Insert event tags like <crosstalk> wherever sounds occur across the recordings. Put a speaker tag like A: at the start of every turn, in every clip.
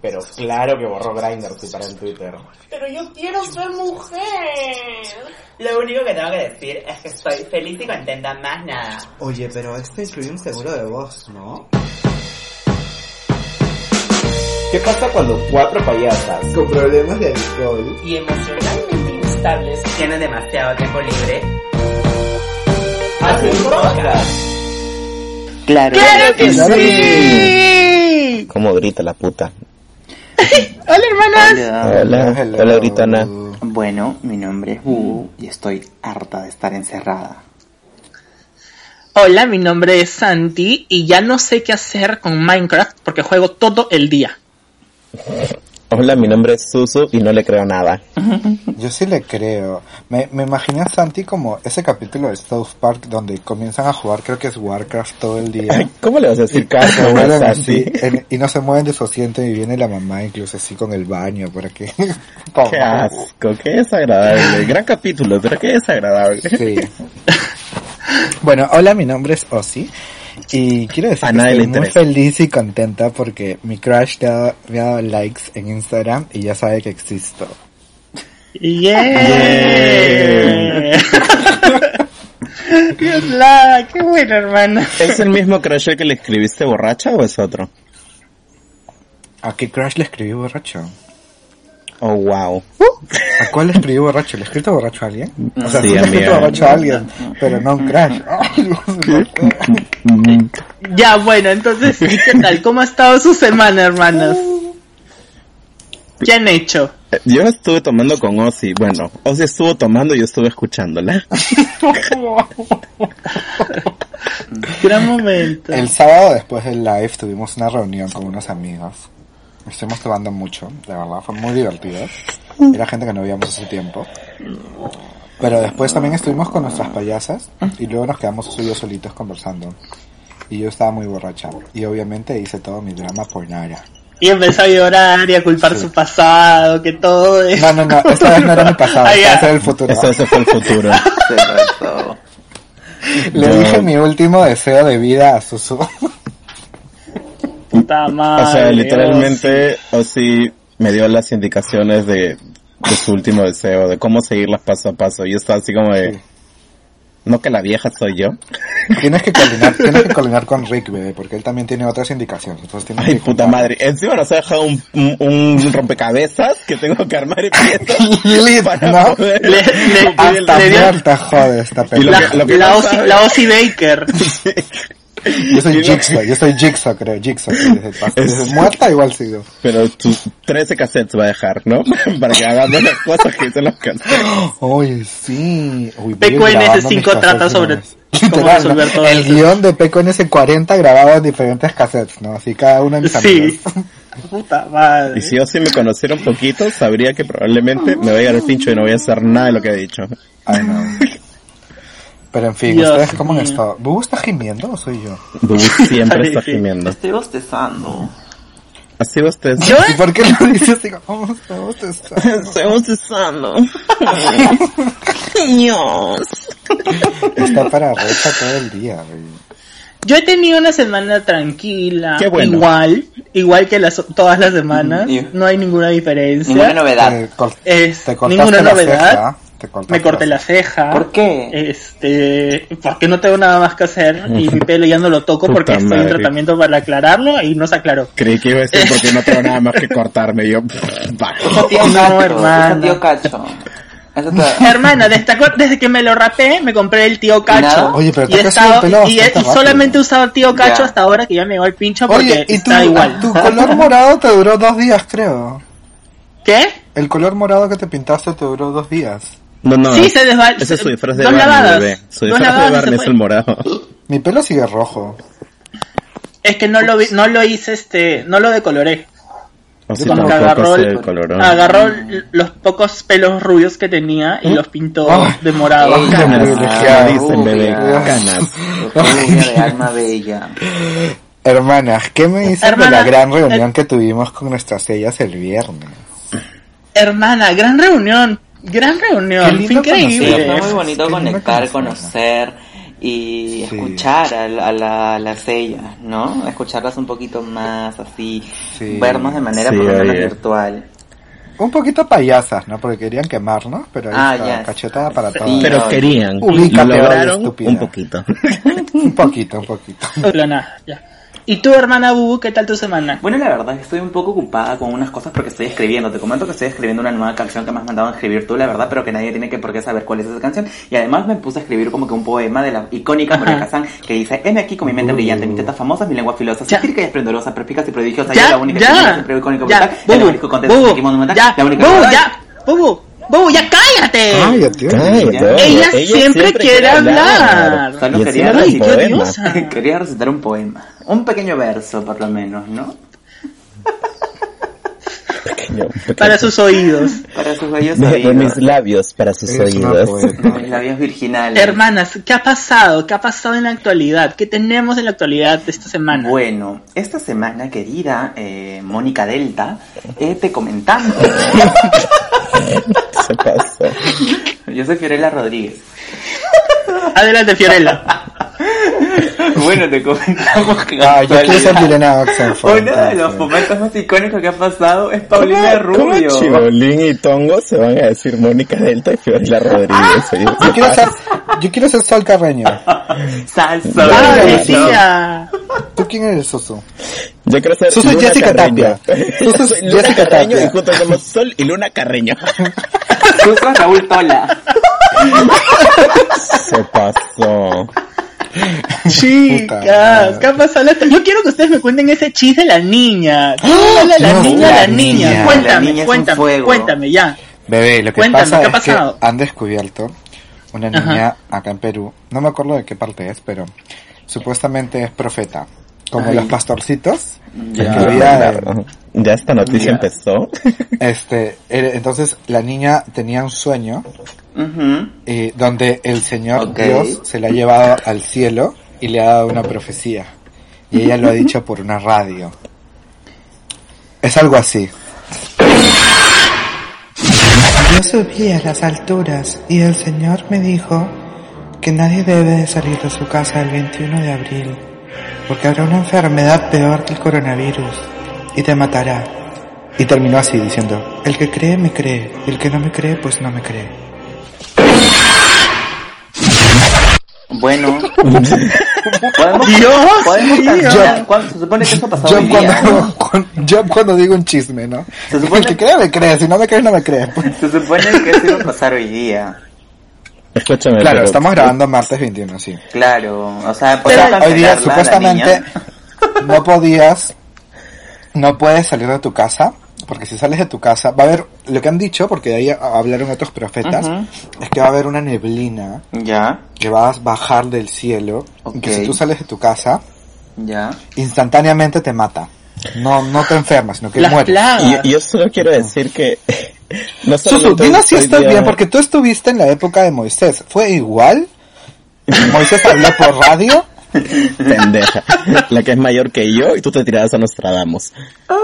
A: Pero claro que borró Grindr si para en Twitter.
B: Pero yo quiero ser mujer.
C: Lo único que tengo que decir es que estoy feliz y contenta, más nada.
D: Oye, pero esto incluye un seguro de voz, ¿no?
A: ¿Qué pasa cuando cuatro payasas
D: Con problemas de alcohol.
C: Y emocionalmente instables tienen demasiado tiempo libre.
A: hacen un podcast?
E: Claro,
F: ¡Claro que sí!
E: ¿Cómo grita la puta?
F: ¡Hola, hermanas!
E: Hola, hola,
D: Hello.
E: gritona.
C: Bueno, mi nombre es Bu y estoy harta de estar encerrada.
F: Hola, mi nombre es Santi y ya no sé qué hacer con Minecraft porque juego todo el día.
E: Hola, mi nombre es Susu y no le creo nada.
G: Yo sí le creo. Me, me imaginé a Santi como ese capítulo de South Park donde comienzan a jugar, creo que es Warcraft todo el
E: <laughs>
G: día.
E: ¿Cómo le vas a decir
G: Se
E: caso a
G: vuelven
E: una
G: así,
E: Santi?
G: en- y no se mueven de su asiento y viene la mamá incluso así con el baño por aquí. Como-
E: Qué asco, qué desagradable. Gran capítulo, pero qué desagradable. <laughs>
G: Sí. <laughs> Bueno, hola, mi nombre es Ozzy. Y quiero decir
E: A
G: que
E: nadie le
G: estoy muy
E: interesa.
G: feliz y contenta porque mi crush te ha- me ha dado likes en Instagram y ya sabe que existo.
F: ¡Yeah! Dios la, qué bueno, hermana.
E: ¿Es el mismo crush al que le escribiste borracha o es otro?
G: ¿A qué crush le escribí borracho?
E: Oh, wow.
G: ¿A cuál le escribí borracho? ¿Le he escrito borracho a alguien? O sea,
E: Sí,
G: sí, <laughs> le he escrito
E: amiga.
G: borracho a alguien, pero no a un crush. Ay, no sé por qué.
F: Ya, bueno, entonces, ¿y qué tal? ¿Cómo ha estado su semana, hermanas? ¿Qué han hecho?
E: Eh, Yo estuve tomando con Ozzy. Bueno, Ozzy estuvo tomando y yo estuve escuchándola.
F: Gran momento.
G: El sábado después del live tuvimos una reunión con unos amigos. Estuvimos tomando mucho, la verdad, fue muy divertido. Era gente que no veíamos hace tiempo. Pero después también estuvimos con nuestras payasas y luego nos quedamos tú y yo solitos conversando. Y yo estaba muy borracha. Y obviamente hice todo mi drama por nada.
F: Y empezó a llorar y a culpar su pasado, que todo es...
G: No, no, no, esta vez no era mi pasado,
F: Ah,
G: esta
F: ya.
G: vez era el futuro.
E: Eso se fue el <laughs> futuro.
C: Se pasó.
G: Le
E: No.
G: dije mi último deseo de vida a Susu. <laughs>
F: Puta madre.
E: o sea, literalmente Ozzy me dio las indicaciones de, de su último deseo, de cómo seguirlas paso a paso. Y yo estaba así como de... No que la vieja soy yo.
G: tienes que coordinar, tienes que coordinar con Rick, bebé, porque él también tiene otras indicaciones. Entonces tienes
E: Ay,
G: que
E: puta madre. Encima nos ha dejado un, un- un rompecabezas que tengo que armar y piezas
G: Lit,
E: para
G: ¿no?
E: poder
F: Le- le-
G: <laughs>
E: cumplir
F: hasta
E: la-
G: La
F: le dio-
G: muerta jode esta película.
E: lo que-
F: La,
E: lo que
F: la
E: no
F: Ozzy-
E: sabe.
F: la Ozzy
E: <laughs>
F: Baker.
G: Yo soy
E: y lo-
G: Jigsaw, yo soy Jigsaw, creo, Jigsaw. creo que es el pasto.
E: Es-
G: <laughs> Muerta igual sigo.
E: Pero tus 13 cassettes va a dejar, ¿no? <laughs> Para que hagan las cosas que dicen los cassettes.
G: Oye, sí. Uy, voy
F: PQNS
G: grabando
F: cinco
G: mis cassettes
F: tratas
G: de una
F: sobre
G: vez.
F: cómo
G: Literal, ¿no?
F: resolver todo
G: El
F: eso.
G: guión de PQNS 40 grabado en diferentes cassettes, ¿no? Así cada uno en mis
F: Sí.
G: amigos.
F: Puta madre.
E: Y si yo sí me conociera un poquito, sabría que probablemente me voy a llegar el pincho y no voy a hacer nada de lo que he dicho.
G: Ay, no. Pero en fin,
F: Dios
G: ¿ustedes cómo han
F: mío.
G: estado? ¿Bubu está gimiendo o soy yo?
E: Bubu
F: <laughs>
E: siempre está
F: Sí.
E: gimiendo.
C: Estoy bostezando.
E: Así usted.
F: Yo,
G: ¿Y por qué lo dices? Digo, vamos, vamos, está.
E: Estoy cesando. Dios.
G: Está para recha todo el día, güey.
F: yo he tenido una semana tranquila.
E: Qué bueno.
F: Igual, igual que las, todas las semanas.
C: Mm, ya.
F: No hay ninguna diferencia.
C: Ninguna novedad.
G: Te, Eh, cor-
F: Es-
G: te cortaste
F: ninguna
G: la
F: novedad.
G: ceja, te cortaste
F: Me corté la ceja.
C: ¿Por qué?
F: Este, porque no tengo nada más que hacer y mi pelo ya no lo toco
E: Puta
F: porque estoy en
E: madre.
F: tratamiento para aclararlo y no se aclaró.
E: Creí que iba a decir porque no tengo nada más
F: <laughs>
E: que cortarme. Yo, bajo.
C: Tío
F: No,
C: Cacho,
F: hermano.
C: ese tío Cacho. Eso te-
F: Hermana, destacó, desde que me lo rapé, me compré el tío Cacho.
C: Nada.
G: Oye, pero
F: y
G: te
F: he
G: ha crecido el
F: estado-
G: pelo
F: y he-
G: bastante
F: y solamente
G: rápido.
F: he usado tío Cacho
C: Ya.
F: hasta ahora que ya me llegó el pincho porque
G: Oye, y tu,
F: está igual.
G: tu color morado te duró dos días, creo.
F: ¿Qué?
G: El color morado que te pintaste te duró dos días.
E: No, no.
F: Sí, se desva-
E: Ah, Ese es su disfraz de
F: dos
E: Barney,
F: lavadas.
E: bebé. Su
F: Dos
E: disfraz de
F: lavadas,
E: Barney
F: se
E: es el
F: <laughs>
E: morado.
G: Mi pelo sigue rojo.
F: Es que no lo, vi- no lo hice, este, no lo decoloré.
E: O si
F: Como que
E: tampoco
F: agarró,
E: se
F: el-
E: decoloró.
F: agarró l- los pocos pelos rubios que tenía
E: ¿Eh?
F: y los pintó
E: Ah,
G: Ay.
F: de morado.
C: Ay.
E: Canas,
G: privilegiado.
E: como dicen, bebé.
C: Rubia.
E: Canas.
C: Rubia de alma bella.
G: Hermanas, ¿qué me dicen de
F: Hermana,
G: la gran reunión que tuvimos con nuestras ellas el viernes?
F: Hermana, gran reunión. Gran reunión.
G: Qué
F: Fue
G: lindo
F: increíble.
C: Sí,
G: conocerla.
C: fue muy bonito
G: Qué lindo
C: conectar,
G: conocerla.
C: conocer y y
G: Sí.
C: escuchar a, la- a la- a las ellas, ¿no? Escucharlas un poquito más, así,
G: Sí.
C: vernos de manera
E: Sí,
C: por lo menos
E: oye.
C: virtual.
G: Un poquito payasas, ¿no? Porque querían quemarnos, pero ahí
C: Ah,
G: está,
C: ya.
G: cachetada para
C: Sí.
G: todos.
E: Pero querían, y
G: Ubícate,
E: lograron
G: estúpida.
E: un poquito.
G: Un poquito, un poquito.
F: Hola, nada, ya. ¿Y tu hermana Bubu, qué tal tu semana?
C: Bueno, la verdad es que estoy un poco ocupada con unas cosas porque estoy escribiendo. Te comento que estoy escribiendo una nueva canción que me has mandado a escribir tú, la verdad, pero que nadie tiene que por qué saber cuál es esa canción. Y además me puse a escribir como que un poema de la icónica María Kazán que dice, heme aquí con mi mente brillante, mis tetas famosas, mi lengua filosa,
F: Ya.
C: satírica y esplendorosa, perspicaz y prodigiosa,
F: Ya,
C: yo la única
F: ya,
C: que siempre icónica
F: ya,
C: brutal, el
F: Bubu,
C: único contento,
F: Bubu,
C: el único monumental,
F: ya,
C: la única
F: Bubu,
C: verdadera".
F: ya, Bubu, Bubu, ya cállate.
G: Cállate.
E: eh,
F: Ella siempre quiere hablar.
C: Solo
E: Y
C: quería
E: encima
C: recitar-
E: poema.
F: odiosa.
C: <laughs> quería recitar un poema, un pequeño verso por lo menos, ¿no?
F: Para sus oídos.
C: Para sus bellos
E: De, de mis
C: oídos.
E: labios para sus
G: Eres una
E: oídos.
G: poeta.
C: Mis labios virginales.
F: Hermanas, ¿qué ha pasado? ¿Qué ha pasado en la actualidad? ¿Qué tenemos en la actualidad de esta semana?
C: Bueno, esta semana, querida eh, Mónica Delta, eh, te comentamos.
E: Se pasó.
C: Yo soy Fiorella Rodríguez.
F: Adelante,
C: <laughs>
F: Fiorella.
C: Bueno, te comentamos que.
G: <laughs> Ah, yo quiero ser Milena Oxenford.
C: Uno de los
G: entonces.
C: momentos más icónicos que ha pasado es Paulina
E: ¿Cómo- cómo
C: Rubio.
E: Chibolín y Tongo se van a decir Mónica Delta y Fiorella Rodríguez? Oye,
G: Ah, Yo quiero ser, yo quiero ser Sol Carreño.
C: Salsa.
E: Ah,
F: ¡Ay,
E: Claro.
F: tía!
G: ¿Tú quién eres, Susu?
E: Yo quiero ser
G: Tú sos
E: Luna
G: Jessica
E: Carreño. <laughs>
G: Tapia.
E: Yo
G: Tú sos
E: soy Luna
G: Jessica
E: Carreño
G: Tapia.
E: y juntos somos Sol y Luna
G: <laughs>
E: Carreño.
C: Tú sos Raúl Tola.
E: Se pasó.
F: Chicas,
G: madre.
F: ¿qué ha pasado? en la actualidad? Yo quiero que ustedes me cuenten ese chiste de la niña. Hola, la
G: Dios,
F: niña, la
G: la
F: niña.
G: niña.
C: ¡Ah! La
F: Cuéntame,
C: niña es un
F: cuéntame,
C: fuego.
F: cuéntame, ya.
G: Bebé, lo que
F: Cuéntame,
G: pasa
F: ¿qué ha
G: es que
F: pasado?
G: han descubierto una niña acá en Perú, no me acuerdo de qué parte es, pero supuestamente es profeta, como los pastorcitos.
E: Ya,
G: que había, eh,
E: ya esta noticia empezó.
G: este, era- entonces la niña tenía un sueño
C: Ujú.
G: eh, donde el Señor
C: Ok.
G: Dios se la ha llevado al cielo y le ha dado una profecía. Y ella lo ha dicho por una radio. Es algo así.
D: Yo subí a las alturas y el Señor me dijo que nadie debe de salir de su casa el 21 de abril, porque habrá una enfermedad peor que el coronavirus y te matará.
G: Y terminó así diciendo,
D: El que cree me cree, y el que no me cree pues no me cree.
C: Bueno. ¿Podemos,
F: Dios
C: podemos
F: mío.
C: terminar? ¿Cuándo- Se supone que eso pasó hoy
G: yo
C: día.
G: cuando, <laughs> yo cuando digo un chisme, ¿no?
C: Se supone-
G: El que cree, me cree. Si no me crees, no me crees.
C: Se supone que eso iba a pasar hoy día.
E: Escúchame.
G: Claro,
E: pero-
G: estamos grabando martes 21, sí.
C: Claro, o sea,
G: O sea,
C: podemos
G: hoy
C: cancelarla,
G: día
C: la niña.
G: supuestamente <laughs> no podías, no puedes salir de tu casa, porque si sales de tu casa, va a haber, lo que han dicho, porque de ahí a- hablaron otros profetas,
C: Ujú.
G: es que va a haber una neblina
C: Ya,
G: que va a bajar del cielo, y que
C: Ok.
G: si tú sales de tu casa,
C: ya.
G: instantáneamente te mata. No, no te enfermas, sino que
F: Las
G: mueres.
F: plagas.
E: Y- y yo solo quiero decir que... <laughs> No
G: Susu,
E: solamente
G: dinos si
E: hoy
G: estás
E: día-
G: bien, porque tú estuviste en la época de Moisés. ¿Fue igual? ¿Moisés habló por radio?
E: pendeja, la que es mayor que yo y tú te tirabas a Nostradamus.
F: Ah.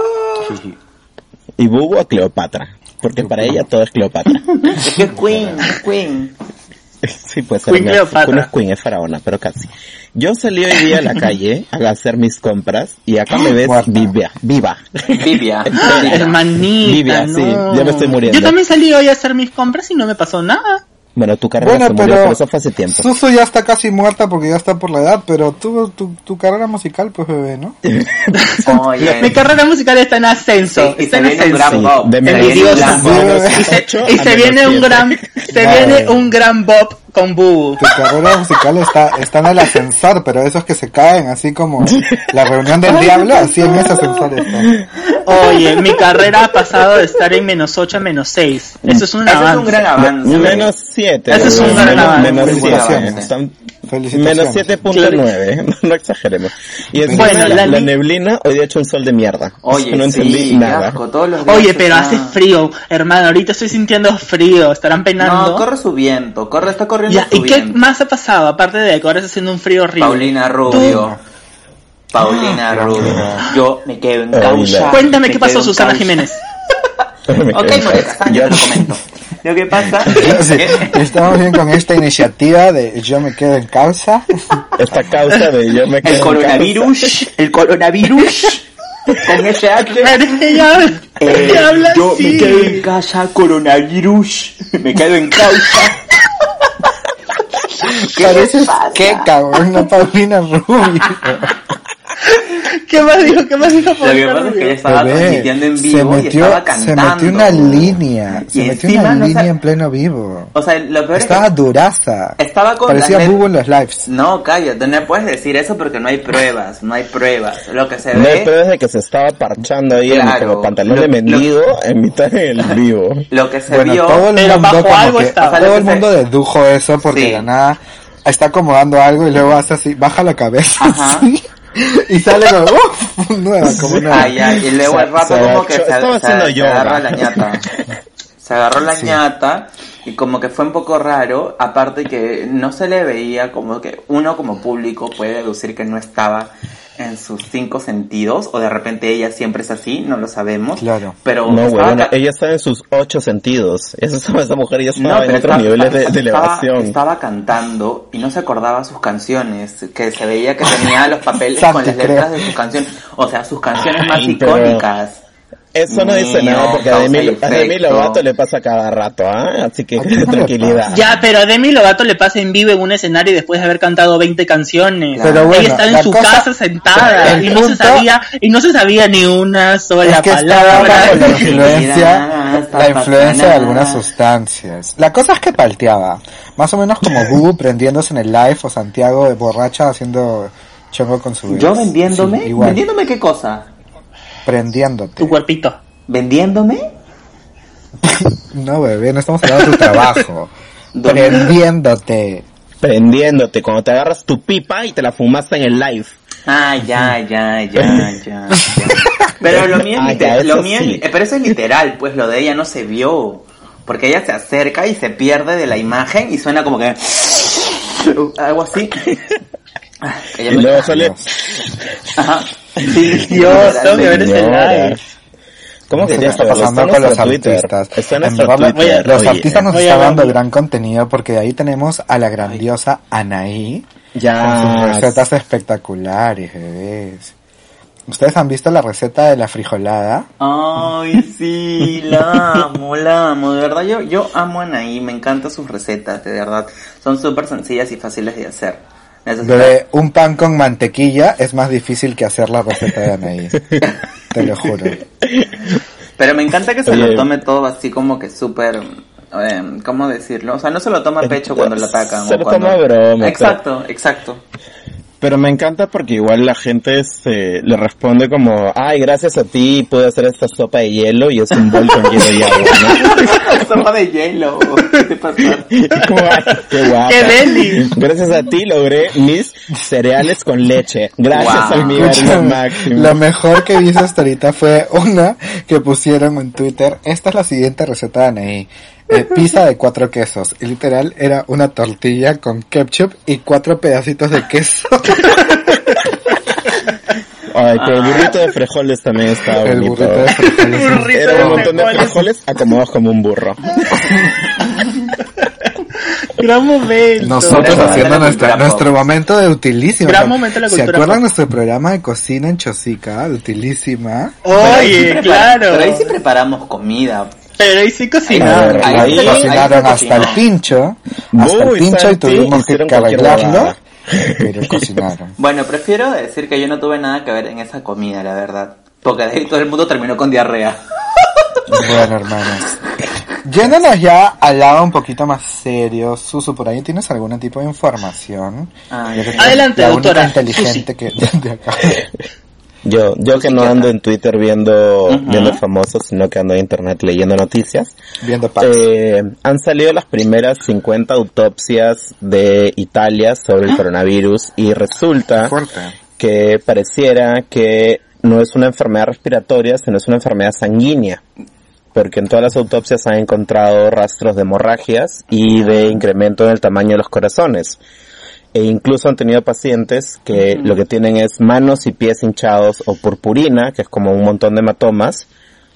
E: Y Bubu a Cleopatra, porque para ella todo es Cleopatra.
C: Es que es <laughs> Queen, es Queen.
E: Sí, pues
F: Queen
E: era-
F: Cleopatra.
E: Queen es Queen, es faraona, pero casi. Yo salí hoy día a la calle a hacer mis compras y acá me ves
G: Muerta.
E: viva, viva.
C: Vivia.
F: Ah,
E: Vivia.
F: hermanita,
E: Vivia,
F: no.
E: sí, ya me estoy muriendo.
F: Yo también salí hoy a hacer mis compras y no me pasó nada.
E: Bueno, tu carrera
G: Bueno,
E: se murió,
G: pero
E: pero eso fue hace tiempo.
G: Susu ya está casi muerta porque ya está por la edad, pero tu, tu, tu carrera musical, pues bebé, ¿no?
C: Oye.
F: Mi carrera musical está en ascenso.
C: Sí, y
F: está
C: se
F: en
C: viene un
F: ascenso.
C: gran bob.
E: de
C: Se
E: menos
C: viene un gran
F: Envidiosa.
C: bob.
F: Y se,
E: Ocho
F: y
E: a
F: se viene
E: menos
F: un
E: siete.
F: gran, se
G: Vale.
F: viene un gran bob con
E: <laughs>
F: Bubu.
G: Tu carrera musical está, está en el ascensor, pero esos que se caen, así como la reunión del diablo, así en ese ascensor está.
F: Oye, mi carrera ha pasado de estar en menos 8 a menos 6. Eso es un
C: Eso es
F: avance.
C: un gran avance.
E: Menos 7.
F: Eso es un gran avance.
E: Menos
G: Muy buen
E: 7.
G: avance. Felicitaciones.
E: Menos 7.9, <laughs> no exageremos. Y es
F: Bueno,
E: la,
F: la
E: la
F: ni-
E: neblina hoy ha hecho un sol de mierda. Así
C: Oye,
E: que no entendí
C: sí, qué
E: nada. <laughs>
C: asco, todos los días
F: Oye, pero
C: está-
F: hace frío, hermano. Ahorita estoy sintiendo frío. Estarán
C: No,
F: penando.
C: corre su viento, corre, está corriendo
F: Ya,
C: su
F: ¿Y qué
C: viento.
F: más ha pasado? Aparte de que ahora está haciendo un frío horrible.
C: Paulina Rubio. Paulina Rubio. Yo me quedo
E: Paulina.
C: encausada.
F: Cuéntame
C: me
F: qué pasó
C: quedo
F: <laughs> Susana
C: encausada.
F: Jiménez.
E: Me
C: Ok,
E: quedé
C: Mónica,
E: <laughs> atrás.
C: yo te
E: Yo-
C: lo comento. Lo que pasa
G: Sí,
C: es que-
G: estamos bien con esta iniciativa de yo me quedo en casa.
E: Esta causa de yo me quedo
C: el
E: en casa.
C: coronavirus, el coronavirus con ese H.
F: Pero es que ya,
C: eh,
F: ya habla
C: yo
F: así.
C: me quedo en casa, coronavirus, me quedo en <laughs> casa.
G: Pareces que cabrón, una Paulina Rubio.
F: ¿Qué más dijo? ¿Qué más dijo?
C: Lo que pasa es que ella estaba
G: Bebé,
C: transmitiendo en vivo
G: se
C: y
G: metió,
C: estaba cantando.
G: Se metió una línea, se
C: Y
G: metió
C: encima
G: una
C: no
G: línea
C: sa-
G: en pleno vivo.
C: O sea, lo peor es que
G: Estaba duraza.
C: Estaba con
G: Parecía
C: la net-
G: Bubu en los lives.
C: No, cállate, no puedes decir eso porque no hay pruebas, no hay pruebas. Lo que se
E: No hay
C: ve,
E: pruebas de que se estaba parchando ahí en
C: Claro.
E: como pantalón
C: Lo-
E: de
C: lo-
E: mendigo en mitad del
C: <laughs>
E: vivo.
C: lo que se
G: Bueno,
C: vio,
G: todo el
F: pero
G: mundo
F: bajo
G: como
F: algo
G: que-
F: estaba.
C: O sea,
G: Todo
C: lo
G: el
C: que se-
G: mundo dedujo eso porque
C: Sí.
G: de nada está acomodando algo y luego hace así, baja la
C: <laughs>
G: cabeza <laughs>
C: Ajá.
G: así, y sale como, uff, nueva, como nueva.
C: ay,
E: <laughs>
C: ay, Ah, y luego
E: Se-
C: al rato
E: se
C: como que
E: agachó,
C: se,
E: estaba
C: se-
E: haciendo
C: se
E: yoga.
C: agarró la ñata.
E: <laughs>
C: Se agarró la ñata y como que fue un poco raro, aparte que no se le veía como que uno como público puede deducir que no estaba en sus cinco sentidos o de repente ella siempre es así, no lo sabemos.
G: Claro.
C: Pero
E: No,
C: estaba
E: huevona,
C: ca-
E: ella está en sus ocho sentidos. Esa, <laughs> esa mujer ya estaba en
C: pero
E: otros
C: estaba-
E: niveles de, de
C: estaba-
E: elevación.
C: Estaba cantando y no se acordaba sus canciones, que se veía que tenía
E: <laughs>
C: los papeles
G: Santi,
C: con las
G: creo.
C: letras de sus canciones, o sea, sus canciones más
E: Ay, pero-
C: icónicas.
E: Eso no dice
C: Niño,
E: nada porque a
C: causa
E: Demi,
C: y
E: a Demi
C: efecto.
E: Lovato le pasa cada rato, ¿ah? Así <laughs> que
G: ¿A quién no le
E: tranquilidad.
F: Ya, pero a Demi Lovato le pasa en vivo en un escenario después de haber cantado 20 canciones.
G: Pero bueno,
F: ella estaba
G: la
F: en su
G: cosa-
F: casa sentada
G: el
F: y no se
G: punto-
F: sabía y no se sabía ni una sola
G: Es que estaba
F: palabra.
G: bajo la
C: <laughs> Mira,
G: influencia,
C: está
G: la influencia de
C: fascinada.
G: algunas sustancias. La cosa es que palteaba, más o menos como
C: <laughs>
G: Bubu prendiéndose en el live o Santiago de borracha haciendo chongo con su
C: ¿Yo
G: ex.
C: vendiéndome?
G: Sí, igual,
C: ¿Vendiéndome qué cosa?
G: prendiéndote.
F: Tu cuerpito.
C: ¿Vendiéndome?
G: No, bebé, no estamos hablando de
C: <laughs>
G: tu trabajo.
C: ¿Dónde?
G: prendiéndote.
E: Prendiéndote cuando te agarras tu pipa y te la fumaste en el live.
C: Ah, ya, ya, <laughs> ya, ya. ya. Pero lo mío, es
E: Ah,
C: lite-
E: ya, eso
C: lo mío es
E: sí.
C: li- eh, pero eso es literal, pues lo de ella no se vio. Porque ella se acerca y se pierde de la imagen y suena como que... Algo <laughs> así. Ah, ella
E: Y
C: me-
E: luego sale...
C: Ajá. Sí,
F: Dios, tengo que ver ese
E: Señora.
F: live.
E: este ¿Cómo que
G: Eso
E: ya
G: está
E: verlo?
G: pasando
E: Está en
G: con los
E: nuestro Twitter.
G: artistas.
E: Está en
G: En
E: nuestro
G: verdad,
E: Twitter,
G: los
E: oye.
G: artistas nos
F: Voy a
G: están dando
F: verlo.
G: gran contenido porque de ahí tenemos a la grandiosa Anaí con sus
E: Ya.
G: recetas espectaculares, bebés. ¿Ustedes han visto la receta de la frijolada?
C: Ay, sí, la amo, la amo. De verdad, yo, yo amo a Anaí, me encantan sus recetas, de verdad. Son súper sencillas y fáciles de hacer. Necesitas-
G: Bebé, un pan con mantequilla es más difícil que hacer la receta de
E: <laughs>
G: Anaí. Te lo juro.
C: Pero me encanta que se
E: Oye.
C: lo tome todo así como que súper... eh, ¿Cómo decirlo? O sea, no se lo toma a pecho cuando lo atacan.
E: Se
C: o
E: lo
C: cuando-
E: toma a broma, pues.
C: Exacto, exacto. <laughs>
E: Pero me encanta porque igual la gente se le responde como, ay, gracias a ti pude hacer esta sopa de hielo y es un bol con hielo y agua, ¿no?
C: Sopa de hielo. <laughs> ¿Qué te pasó?
E: Y <laughs> como, "Ay, qué guapa.
F: ¡Qué deli!
E: Gracias a ti logré mis cereales con leche. Gracias
C: Wow.
E: al
G: Escúchame,
E: nivel máximo.
G: Lo mejor que vi hasta ahorita fue una que pusieron en Twitter. Esta es la siguiente receta de Anaí. Eh, pizza de cuatro quesos. Y literal era una tortilla con ketchup y cuatro pedacitos de queso.
E: Ay, pero el burrito de frijoles también estaba
G: El
E: bonito.
G: burrito de frijoles.
E: <laughs> Era un montón de frijoles acomodados como un burro.
F: Gran momento.
G: Nosotros
C: Gran
G: haciendo
C: momento de
G: nuestra-
C: cultura pop.
G: nuestro momento de utilísima.
F: Gran momento de la
G: ¿Se
F: cultura
G: acuerdan
F: pop.
G: nuestro programa de cocina en Chosica? De Utilísima.
C: Pero ahí sí
F: Oye,
C: prepara-
F: claro.
C: Pero ahí sí preparamos comida.
F: Pero ahí sí
E: A
F: cocinaba.
E: ver,
C: Ahí-
E: ahí-
C: ahí-
G: cocinaron
C: ahí-
G: hasta el pincho. Hasta
E: Uy,
G: el pincho y
E: Santi,
G: tuvimos que
E: hicieron cualquier
G: arreglarlo.
E: huevada.
G: Pero cocinaron.
C: Bueno, prefiero decir que yo no tuve nada que ver en esa comida, la verdad. Porque de ahí todo el mundo terminó con diarrea.
G: Bueno, hermanos. Yéndonos ya al lado un poquito más serio, Susu, por ahí tienes algún tipo de información.
C: Ay,
G: Ya que tú eres
F: Adelante,
G: la única
F: doctora.
G: inteligente que <laughs> de acá.
E: Yo, yo que no ando en Twitter viendo, viendo famosos, sino que ando en internet leyendo noticias.
G: Viendo packs.
E: Eh, han salido las primeras 50 autopsias de Italia sobre el coronavirus y resulta
G: Fuerte. <laughs>
E: que pareciera que no es una enfermedad respiratoria, sino es una enfermedad sanguínea. Porque en todas las autopsias han encontrado rastros de hemorragias y de incremento en el tamaño de los corazones. E incluso han tenido pacientes que lo que tienen es manos y pies hinchados o purpurina, que es como un montón de hematomas,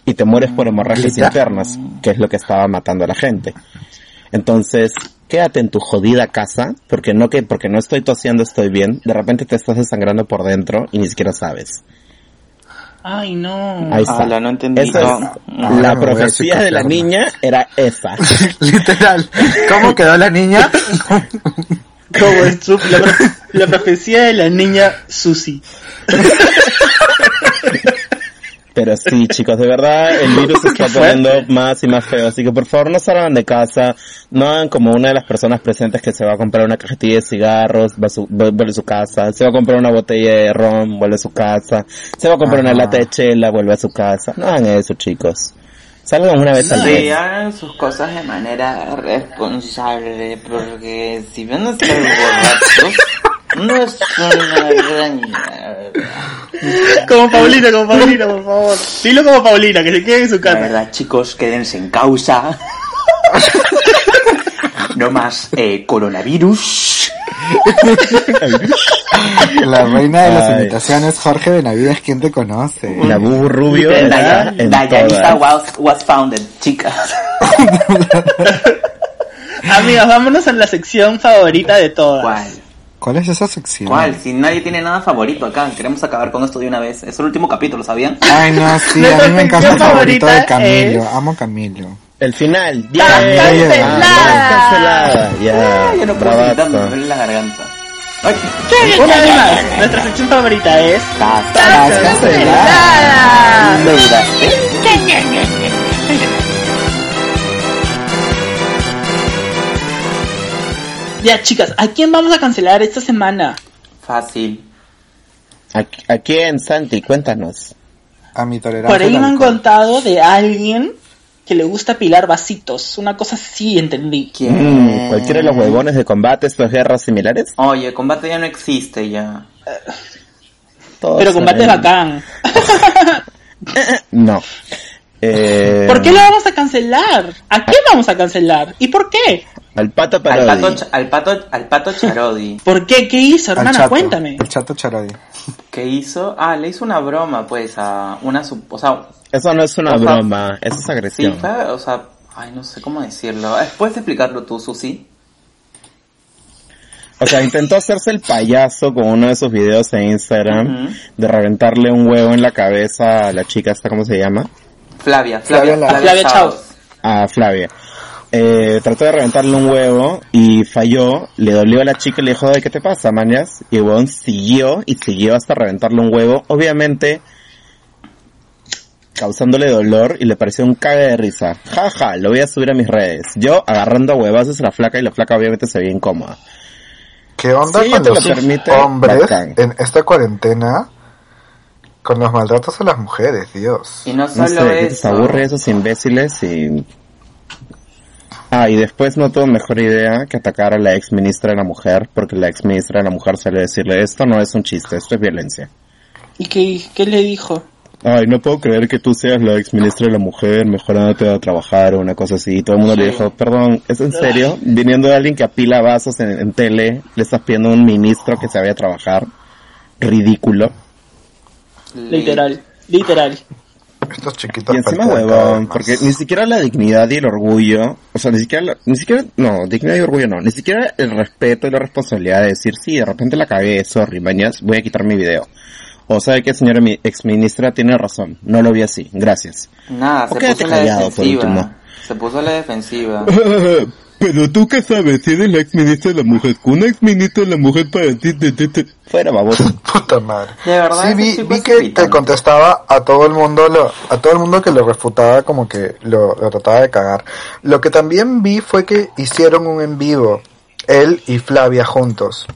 E: y te mueres por hemorragias
G: Grita.
E: internas, que es lo que estaba matando a la gente. Entonces, quédate en tu jodida casa, porque no que, porque no estoy tosiendo, estoy bien. De repente te estás desangrando por dentro y ni siquiera sabes.
F: Ay, no.
E: Ahí está.
C: Ala, no entendí,
E: Esa
C: Ah, no.
E: es-
G: Ahora me voy
E: la
G: a
E: profecía de la
G: psicopearme.
E: niña era esa.
G: Literal. ¿Cómo quedó la niña?
F: Cowboy Troop, la, pro- la profecía de la niña Susie.
E: Pero
C: <laughs>
E: sí, chicos, de verdad, el virus se está poniendo más y más feo. Así que por favor no salgan de casa, no hagan como una de las personas presentes que se va a comprar una cajetilla de cigarros, va a su, vu- vuelve a su casa, se va a comprar una botella de ron, vuelve a su casa, se va a comprar una
G: Ajá.
E: lata de chela, vuelve a su casa. No hagan eso, chicos. Salgan una vez al
C: Sí,
E: día.
C: hagan sus cosas de manera responsable, porque si van a ser borrachos, no es una gran idea.
F: Como Paulina, como Paulina, por favor. Dilo como Paulina, que se quede en su
C: La
F: casa.
C: verdad, chicos, quédense en causa. No más eh, coronavirus.
G: La reina de las
E: Ay.
G: imitaciones, Jorge Benavides, ¿quién te conoce?
E: La bubu rubio está
C: Daya-
E: en
C: Dayanita
E: todas.
C: was, was founded, chicas.
E: <laughs>
F: Amigos, vámonos a la sección favorita de todas.
C: ¿Cuál?
G: ¿Cuál es esa sección?
C: ¿Cuál? Si nadie tiene nada favorito acá, queremos acabar con esto de una vez. Es el último capítulo, ¿sabían?
G: Ay, no, sí, a mí
F: Nuestra
G: me encanta el
F: sección
G: favorito de
F: favorita
G: Camilo.
F: es-
G: Amo Camilo.
E: El final. Ya,
F: Está
E: ya, ya.
F: cancelada.
E: Ah, está cancelada. Ya,
C: Ah, ya no puedo
E: bravata.
C: gritar, me duele la garganta. Ay,
F: Una vez más, nuestra sección favorita es...
C: ta- ta-
G: Ah, es cancelada.
F: Ya, chicas, ¿a quién vamos a cancelar esta semana?
C: Fácil.
E: ¿A, a quién, Santi? Cuéntanos.
G: A mi tolerancia.
F: Por ahí
G: al
F: me han
G: alcohol.
F: contado de alguien que le gusta pilar vasitos. Una cosa así, entendí.
C: ¿Quién?
E: Mm, cualquiera de los huevones de combate, estas guerras similares.
C: Oye, combate ya no existe ya.
E: Todos
F: Pero combate
E: saben-
F: bacán.
E: No. Eh,
F: ¿Por qué lo vamos a cancelar? ¿A quién vamos a cancelar? ¿Y por qué?
E: Al pato
C: Al
E: para
C: pato, Ch- al pato, al pato Charodi.
F: ¿Por qué? ¿Qué hizo,
G: Al
F: hermana?
G: chato,
F: Cuéntame.
G: Al chato Charodi.
C: ¿Qué hizo? Ah, le hizo una broma, pues, a una su- o sea,
E: Eso no es una
C: O sea,
E: broma, eso es
C: sí,
E: agresión.
C: fue, o sea, ay, no sé cómo decirlo. Eh, ¿Puedes explicarlo tú, Susi?
E: O sea, intentó hacerse el payaso con uno de sus videos en Instagram
C: Ujú.
E: de reventarle un huevo en la cabeza a la chica, ¿esta cómo se llama?
C: Flavia, Flavia,
G: Flavia la-
C: Flavia,
F: Flavia
C: Chaos.
F: Chaos.
E: a Flavia. Eh, trató de reventarle un huevo y falló, le dolió a la chica y le dijo, "Ay, ¿qué te pasa, mañas? Y el huevón siguió y siguió hasta reventarle un huevo, obviamente causándole dolor y le pareció un cague de risa. Jaja, lo voy a subir a mis redes. Yo agarrando a huevazos a la flaca y la flaca obviamente se veía incómoda.
G: ¿Qué onda
E: Sí,
G: con
E: te lo
G: los
E: permite,
G: hombres
E: bacán.
G: en esta cuarentena? Con los maltratos a las mujeres, Dios.
C: Y no solo
E: No sé, que se
C: eso.
E: aburre esos imbéciles y... Ah, y después no tuvo mejor idea que atacar a la ex ministra de la mujer, porque la ex ministra de la mujer salió a decirle, esto no es un chiste, esto es violencia.
F: ¿Y qué, qué le dijo?
E: Ay, no puedo creer que tú seas la ex ministra de la mujer, mejorándote a trabajar o una cosa así. Y todo el mundo le dijo, perdón, ¿es en serio? Viniendo de alguien que apila vasos en, en tele, le estás pidiendo a un ministro que se vaya a trabajar. Ridículo.
F: Literal, literal.
G: Estos chiquitos
E: Y encima
G: faltan cada
E: huevón,
G: vez más.
E: porque ni siquiera la dignidad y el orgullo, o sea, ni siquiera, la- ni siquiera, no, dignidad y orgullo no, ni siquiera el respeto y la responsabilidad de decir, sí, de repente la cagué, sorry, mañas, voy a quitar mi video. O sabe que señora mi ex ministra tiene razón, no lo vi así, gracias.
C: Nada,
E: ¿Por
C: se
E: qué
C: puso
E: te
C: a la
E: callado, por último?
C: defensiva. Se puso a la
E: <laughs>
C: defensiva.
E: <laughs> Pero tú qué sabes, si eres la ex ministra de la mujer, una ex ministra de la mujer para ti, fuera <laughs> baboso.
G: Puta madre.
C: De verdad,
G: sí,
C: ese
G: vi,
C: chico
G: vi
C: es
G: que te
C: irritante.
G: contestaba a todo el mundo, lo- a todo el mundo que lo refutaba, como que lo, lo trataba de cagar. Lo que también vi fue que hicieron un en vivo, él y Flavia juntos,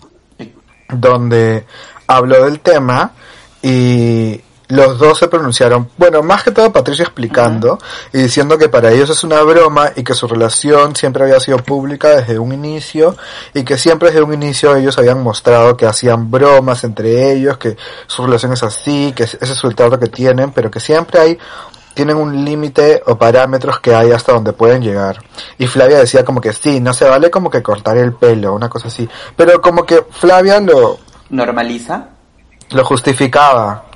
G: donde habló del tema y los dos se pronunciaron, bueno, más que todo Patricia explicando y diciendo que para ellos es una broma y que su relación siempre había sido pública desde un inicio y que siempre desde un inicio ellos habían mostrado que hacían bromas entre ellos, que su relación es así, que ese es el trato que tienen, pero que siempre hay tienen un límite o parámetros que hay hasta donde pueden llegar. Y Flavia decía como que sí, no se vale como que cortar el pelo, una cosa así. Pero como que Flavia lo,
C: Normaliza.
G: lo justificaba.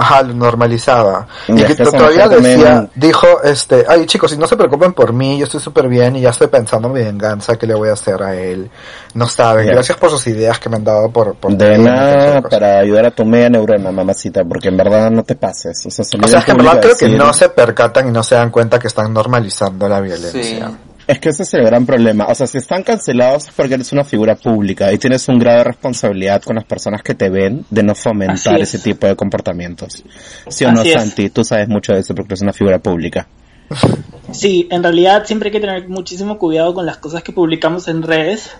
G: Ajá, lo normalizaba.
E: Y
G: Y que
E: es que esa
G: todavía
E: mujer
G: decía,
E: también-
G: dijo, este, ay chicos, si no se preocupen por mí, yo estoy súper bien y ya estoy pensando en mi venganza, que le voy a hacer a él? No saben,
E: Ya.
G: gracias por sus ideas que me han dado por... por
E: De
G: por-
E: nada
G: por-
E: para ayudar a tu media neurona, mamacita, porque en verdad no te pases. O sea, salir
G: O sea,
E: al
G: es que en
E: público
G: verdad
E: a
G: creo que
E: decir-
G: no se percatan y no se dan cuenta que están normalizando la violencia.
E: Es que ese es el gran problema. O sea, si están cancelados es porque eres una figura pública y tienes un grado de responsabilidad con las personas que te ven de no fomentar
F: Así es.
E: ese tipo de comportamientos. Sí o no,
F: Así es.
E: Santi, tú sabes mucho de eso porque eres una figura pública.
F: Sí, en realidad siempre hay que tener muchísimo cuidado con las cosas que publicamos en redes,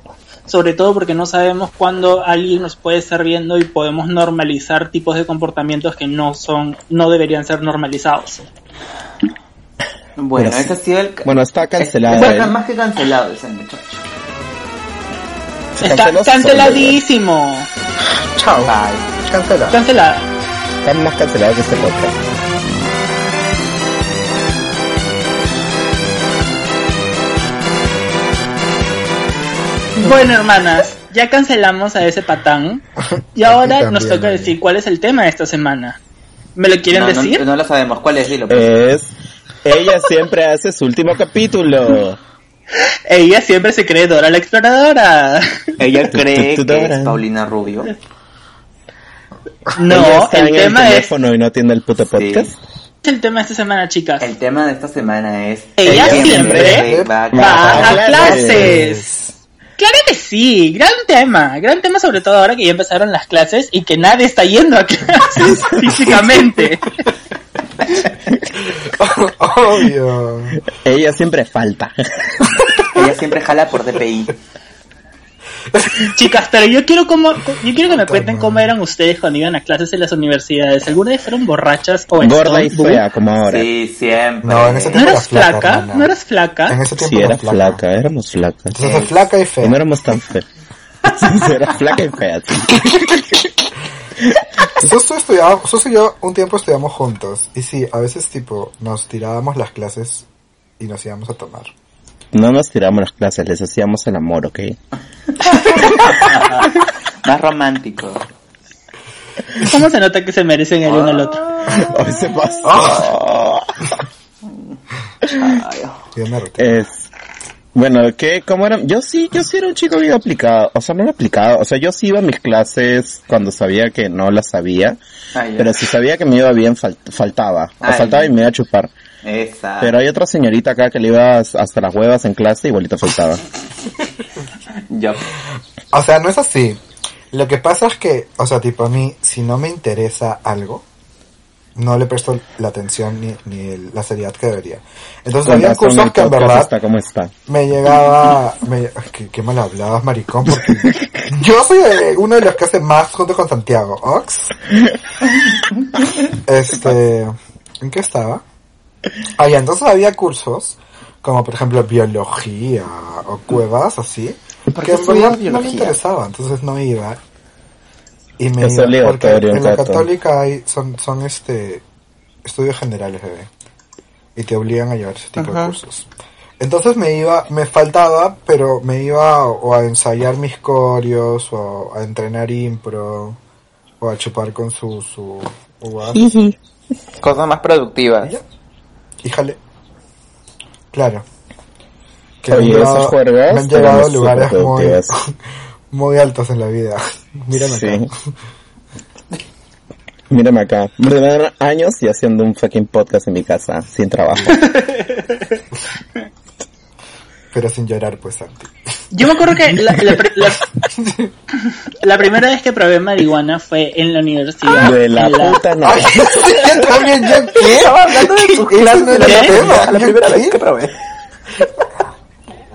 F: sobre todo porque no sabemos cuándo alguien nos puede estar viendo y podemos normalizar tipos de comportamientos que no son, no deberían ser normalizados.
C: Bueno,
E: Bueno,
C: ese ha sido el...
E: Bueno, está
F: Eh,
E: cancelado.
C: Está
E: él.
C: más que cancelado ese muchacho.
E: Se
F: Está
E: canceló su
F: canceladísimo,
G: Chao.
C: Bye.
G: Cancela.
F: cancelado.
E: celular. Están más cancelados que este podcast.
F: Bueno, hermanas, ya cancelamos a ese patán
E: <laughs>
F: y ahora
G: A ti
F: nos
G: también,
F: toca
G: Dani.
F: decir cuál es el tema de esta semana. ¿Me lo quieren
C: No, no,
F: decir?
C: No, lo sabemos. ¿Cuál es? Dilo. pues.
E: Es... Ella siempre hace su último capítulo.
F: Ella siempre se cree Dora la
E: <laughs>
F: exploradora.
C: <laughs> Ella
E: tu-
C: cree
E: tu- tu-
C: que
E: Dora.
C: es Paulina Rubio.
E: Ella
F: No,
E: está
F: el
E: en
F: tema
E: el
F: es
E: teléfono y no atiende el puto podcast.
F: el tema de esta semana, chicas.
C: El tema de esta semana es...
F: Ella
E: siempre
C: va a
F: Va a
E: clases.
F: clases. Claro que sí, gran tema, gran tema sobre todo ahora que ya empezaron las clases y que nadie está yendo a clases físicamente.
G: Obvio.
E: Ella siempre falta.
C: Ella siempre jala por DPI.
F: Chicas, pero yo quiero como, yo quiero que me cuenten cómo eran ustedes cuando iban a clases en las universidades. ¿Alguna vez fueron borrachas o en
E: Gorda y
F: Stone Blue?
E: fea, como ahora.
C: Sí, siempre.
G: No, en ese
F: ¿No
G: tiempo
F: eras flaca?
G: hermana.
F: ¿No eras flaca?
G: <laughs> En ese tiempo
E: Sí,
G: era
E: era flaca, éramos flacas.
G: Entonces fue flaca y
E: Y
G: fea.
E: no éramos tan <laughs> feas. era flaca y fea.
G: Suso, estudiaba- Suso y yo un tiempo estudiamos juntos. Y sí, a veces tipo nos tirábamos las clases y nos íbamos a tomar.
E: No nos tiramos las clases, les hacíamos el amor, <laughs> ¿ok?
C: Más romántico.
F: ¿Cómo se nota que se merecen el uno al otro?
E: Hoy se pasó.
C: Ay,
G: Yo me retiro.
E: <laughs> Es... Bueno, ¿qué? ¿Cómo era? Yo sí, yo sí era un chico bien aplicado. O sea, no era aplicado. O sea, yo sí iba a mis clases cuando sabía que no las sabía.
C: ay,
E: Pero si sabía que me iba bien, fal- faltaba. O
C: Ay.
E: faltaba y me iba a chupar.
C: Esa.
E: Pero hay otra señorita acá que le iba hasta las huevas en clase y igualito <laughs> faltaba.
C: Yo.
G: O sea, no es así. Lo que pasa es que, o sea, tipo a mí, si no me interesa algo, no le presto la atención ni, ni el- la seriedad que debería. Entonces
E: Con
G: había
E: razón,
G: cursos
E: el
G: que en
E: podcast
G: verdad
E: está como está.
G: me llegaba... Me, ay, qué, qué mal hablabas, maricón,
E: <laughs>
G: porque yo soy eh, uno de los que hace más junto con Santiago. Ox. Este... ¿En qué estaba? Ah, ya, entonces había cursos, como por ejemplo biología o cuevas, así,
C: ¿Por
G: que
C: qué
G: en verdad
C: estudias
G: no me
C: biología?
G: interesaba, entonces no iba. Y me
E: Es
G: iba, porque
E: obligatorio,
G: en la
E: Tato.
G: católica hay, son, son este, estudios generales, bebé. Y te obligan a llevar ese tipo de cursos. Entonces me iba, me faltaba, pero me iba o a ensayar mis corios, o a entrenar impro, o a chupar con su, su uvas.
C: Cosas más productivas.
G: Ya. Híjale. Claro. me
E: Oye,
G: han
E: esas
G: llevado-
E: juergas
G: me han llevado a
E: eran
G: lugares muy,
E: superproductivas.
G: <laughs> muy altos en la vida. <laughs> Mírame acá.
E: Sí. Mírame acá. Voy a tener años y haciendo un fucking podcast en mi casa, sin trabajo.
G: Pero sin llorar, pues, Santi.
F: Yo me acuerdo que la, la pri- la- la primera vez que probé marihuana fue en la universidad.
E: De la
F: En la-
E: puta no.
G: yo también, yo
C: <laughs>
G: qué. Estaba hablando de tu clase de
F: ¿Qué?
G: La primera vez que
F: <laughs>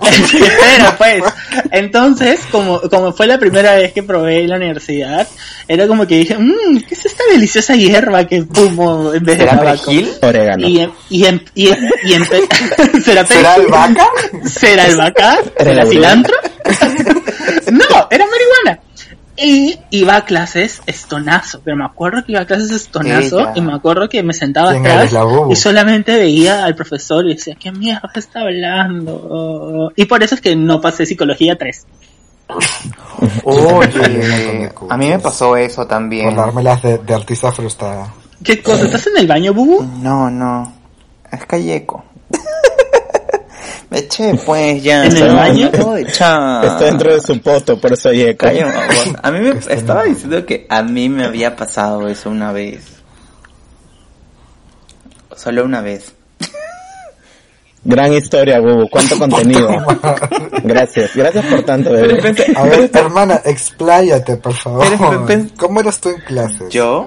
F: Espera, pues. Entonces, como, como fue la primera vez que probé en la universidad, era como que dije, mmm, ¿qué es esta deliciosa hierba que fumo en vez de
C: ¿Será
F: tabaco?
C: perejil?
E: Orégano.
F: Y, em- y, em- y, em-
G: <laughs>
F: y empe- ¿Será
G: Ah, ¿Será
F: perejil?
G: albahaca? <laughs>
F: ¿Será albahaca? ¿Será
E: la
F: cilantro? no, era marihuana. Y iba a clases estonazo, pero me acuerdo que iba a clases estonazo
C: Ella.
F: y me acuerdo que me sentaba
G: ¿Quién
F: atrás
G: eres, la bobo?
F: y solamente veía al profesor y decía, ¿qué mierda está hablando? Y por eso es que no pasé psicología 3.
G: Oye,
C: a mí me pasó eso
G: Por
C: también.
G: dármelas de, de artista frustrada.
F: ¿Qué cosa? ¿Estás en el baño, Bubu?
C: No, no. Es
F: <laughs>
C: calleco. Me eché, pues, ya.
F: ¿En el
C: No,
F: baño?
C: acabo de echar.
E: Está dentro de su poto, por eso hay eco.
C: Calla, babón. A mí me estaba diciendo que a mí me había pasado eso una vez. Solo una vez.
E: Gran historia, Bubu. Cuánto contenido. Gracias. Gracias por tanto, bebé.
C: <laughs>
G: A ver, hermana, expláyate, por favor.
C: Pero es que pens-
G: ¿Cómo eras tú en clases?
C: Yo,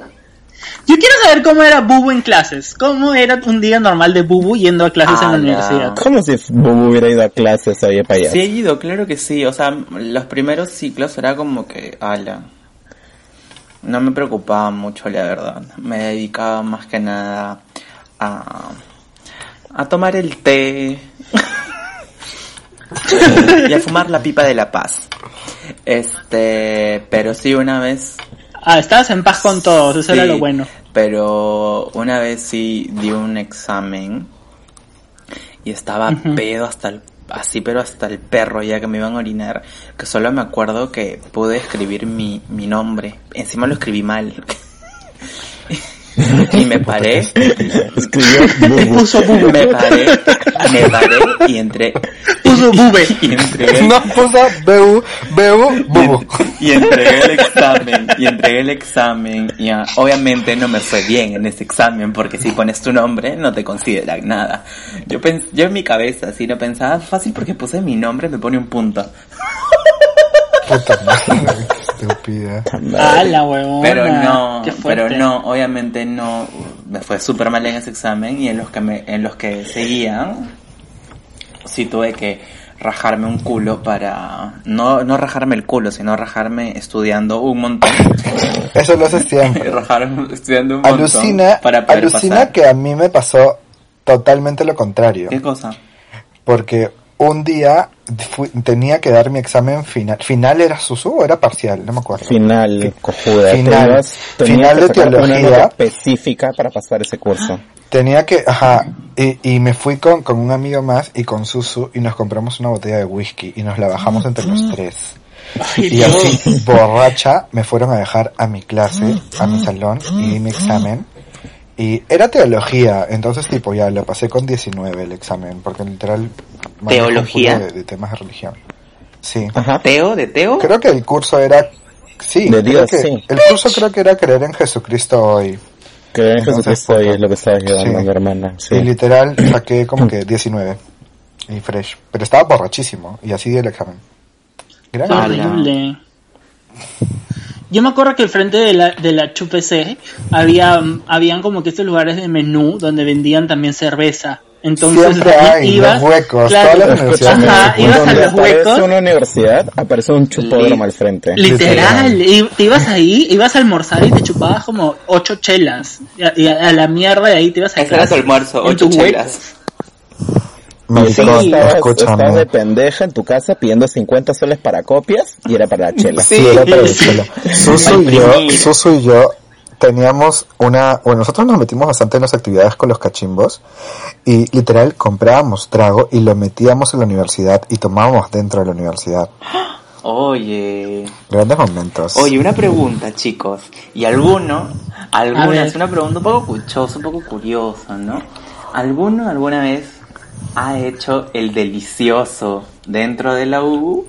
F: Yo quiero saber cómo era Bubu en clases. ¿Cómo era un día normal de Bubu yendo a clases en
C: Ah,
F: la
C: no.
F: universidad?
E: ¿Cómo si Bubu hubiera ido a clases ahí para allá?
C: sí he ido, claro que sí. O sea, los primeros ciclos era como que, ala. No me preocupaba mucho, la verdad. Me dedicaba más que nada a, a tomar el té y a fumar la pipa de la paz. Este, pero sí, una vez
F: Ah, estabas en paz con todos, eso era
C: Sí,
G: <laughs>
F: lo bueno.
C: Pero una vez sí di un examen y estaba pedo hasta el, así, pero hasta el perro ya que me iban a orinar, que solo me acuerdo que pude escribir mi, mi nombre. Encima lo escribí mal. <laughs> y me paré,
E: Escribió Bubu.
C: puso me paré, me paré y entré.
F: Puso Bube.
C: <laughs> Y entregué
G: <laughs> No, pues, ah, puso bebu, bebu,
C: <laughs>
G: bubu.
C: y entregué el examen, y entregué el examen, y ah, obviamente no me fue bien en ese examen, porque si pones tu nombre, no te consideran nada. Yo pens yo en mi cabeza, si no pensaba, fácil porque puse mi nombre, me pone un punto.
G: Puta madre, qué estúpida.
F: Ah, la huevona.
C: Pero no,
F: Qué fuerte.
C: pero no, obviamente no, me fue súper mal en ese examen, y en los que me, en los que seguían, sí tuve que rajarme un culo para, no, no rajarme el culo, sino rajarme estudiando un montón.
G: Eso lo haces
C: <laughs>
G: siempre.
C: rajaron estudiando un montón
G: Alucina,
C: para poder
G: alucina
C: pasar.
G: que a mí me pasó totalmente lo contrario.
C: ¿Qué cosa?
G: Porque un día fui- tenía que dar mi examen final. ¿Final era susu o era parcial? No me acuerdo.
E: Final, cojuda.
G: Final.
E: Te ibas- tenías
G: Final
E: que
G: de
E: sacar Una
G: teología.
E: nota específica para pasar ese curso.
G: Tenía que, ajá, y, y me fui con, con un amigo más y con Susu y nos compramos una botella de whisky y nos la bajamos entre los tres. Y así, borracha, me fueron a dejar a mi clase, a mi salón y di mi examen. Y era teología, entonces tipo ya lo pasé con 19 el examen, porque literal... manejo un
H: ¿Teología?
G: culo De, de temas de religión. Sí.
E: Ajá.
H: ¿Teo? ¿De Teo?
G: Creo que el curso era... Sí, creo
E: De Dios,
G: que-
E: sí.
G: el curso creo que era creer en Jesucristo hoy.
E: Que en
G: Entonces,
E: Jesucristo hoy es lo que estabas llevando,
G: sí.
E: mi hermana.
G: Y
E: Sí.
G: <clears throat> literal saqué como que 19. Y fresh. Pero estaba borrachísimo. Y así di el examen.
F: Qué
G: Gran-
F: horrible. Yo me acuerdo que al frente de la, de la HPC había, habían como que estos lugares de menú donde vendían también cerveza. Entonces
G: Siempre
F: también
G: hay, los huecos, todas las universidades.
F: ajá,
G: Donde
F: ibas a
E: Donde
F: los
E: aparece
F: huecos,
E: una universidad, aparece un chupódromo al frente.
F: literal, y te ibas ahí, ibas a almorzar y te chupabas como ocho chelas. Y a, y a- a la mierda de ahí te ibas a
H: Ese era tu
F: clase.
H: almuerzo,
F: En
H: ocho
F: tu hueco.
H: chelas.
G: Me
E: Sí,
G: encanta,
E: estabas, estabas de
G: escúchame.
E: pendeja en tu casa pidiendo 50 soles para copias y era para chela.
G: Sí, era para el suelo. Susu y yo,
H: Imprimir.
G: Susu y yo teníamos una, bueno, nosotros nos metimos bastante en las actividades con los cachimbos y literal comprábamos trago y lo metíamos en la universidad y tomábamos dentro de la universidad.
H: Oye.
G: Grandes momentos.
H: Oye, una pregunta, chicos. Y alguno,
F: A
H: alguna,
F: ver.
H: es una pregunta un poco cuchosa, un poco curiosa, ¿no? ¿Alguno alguna vez ha hecho el delicioso dentro de la U?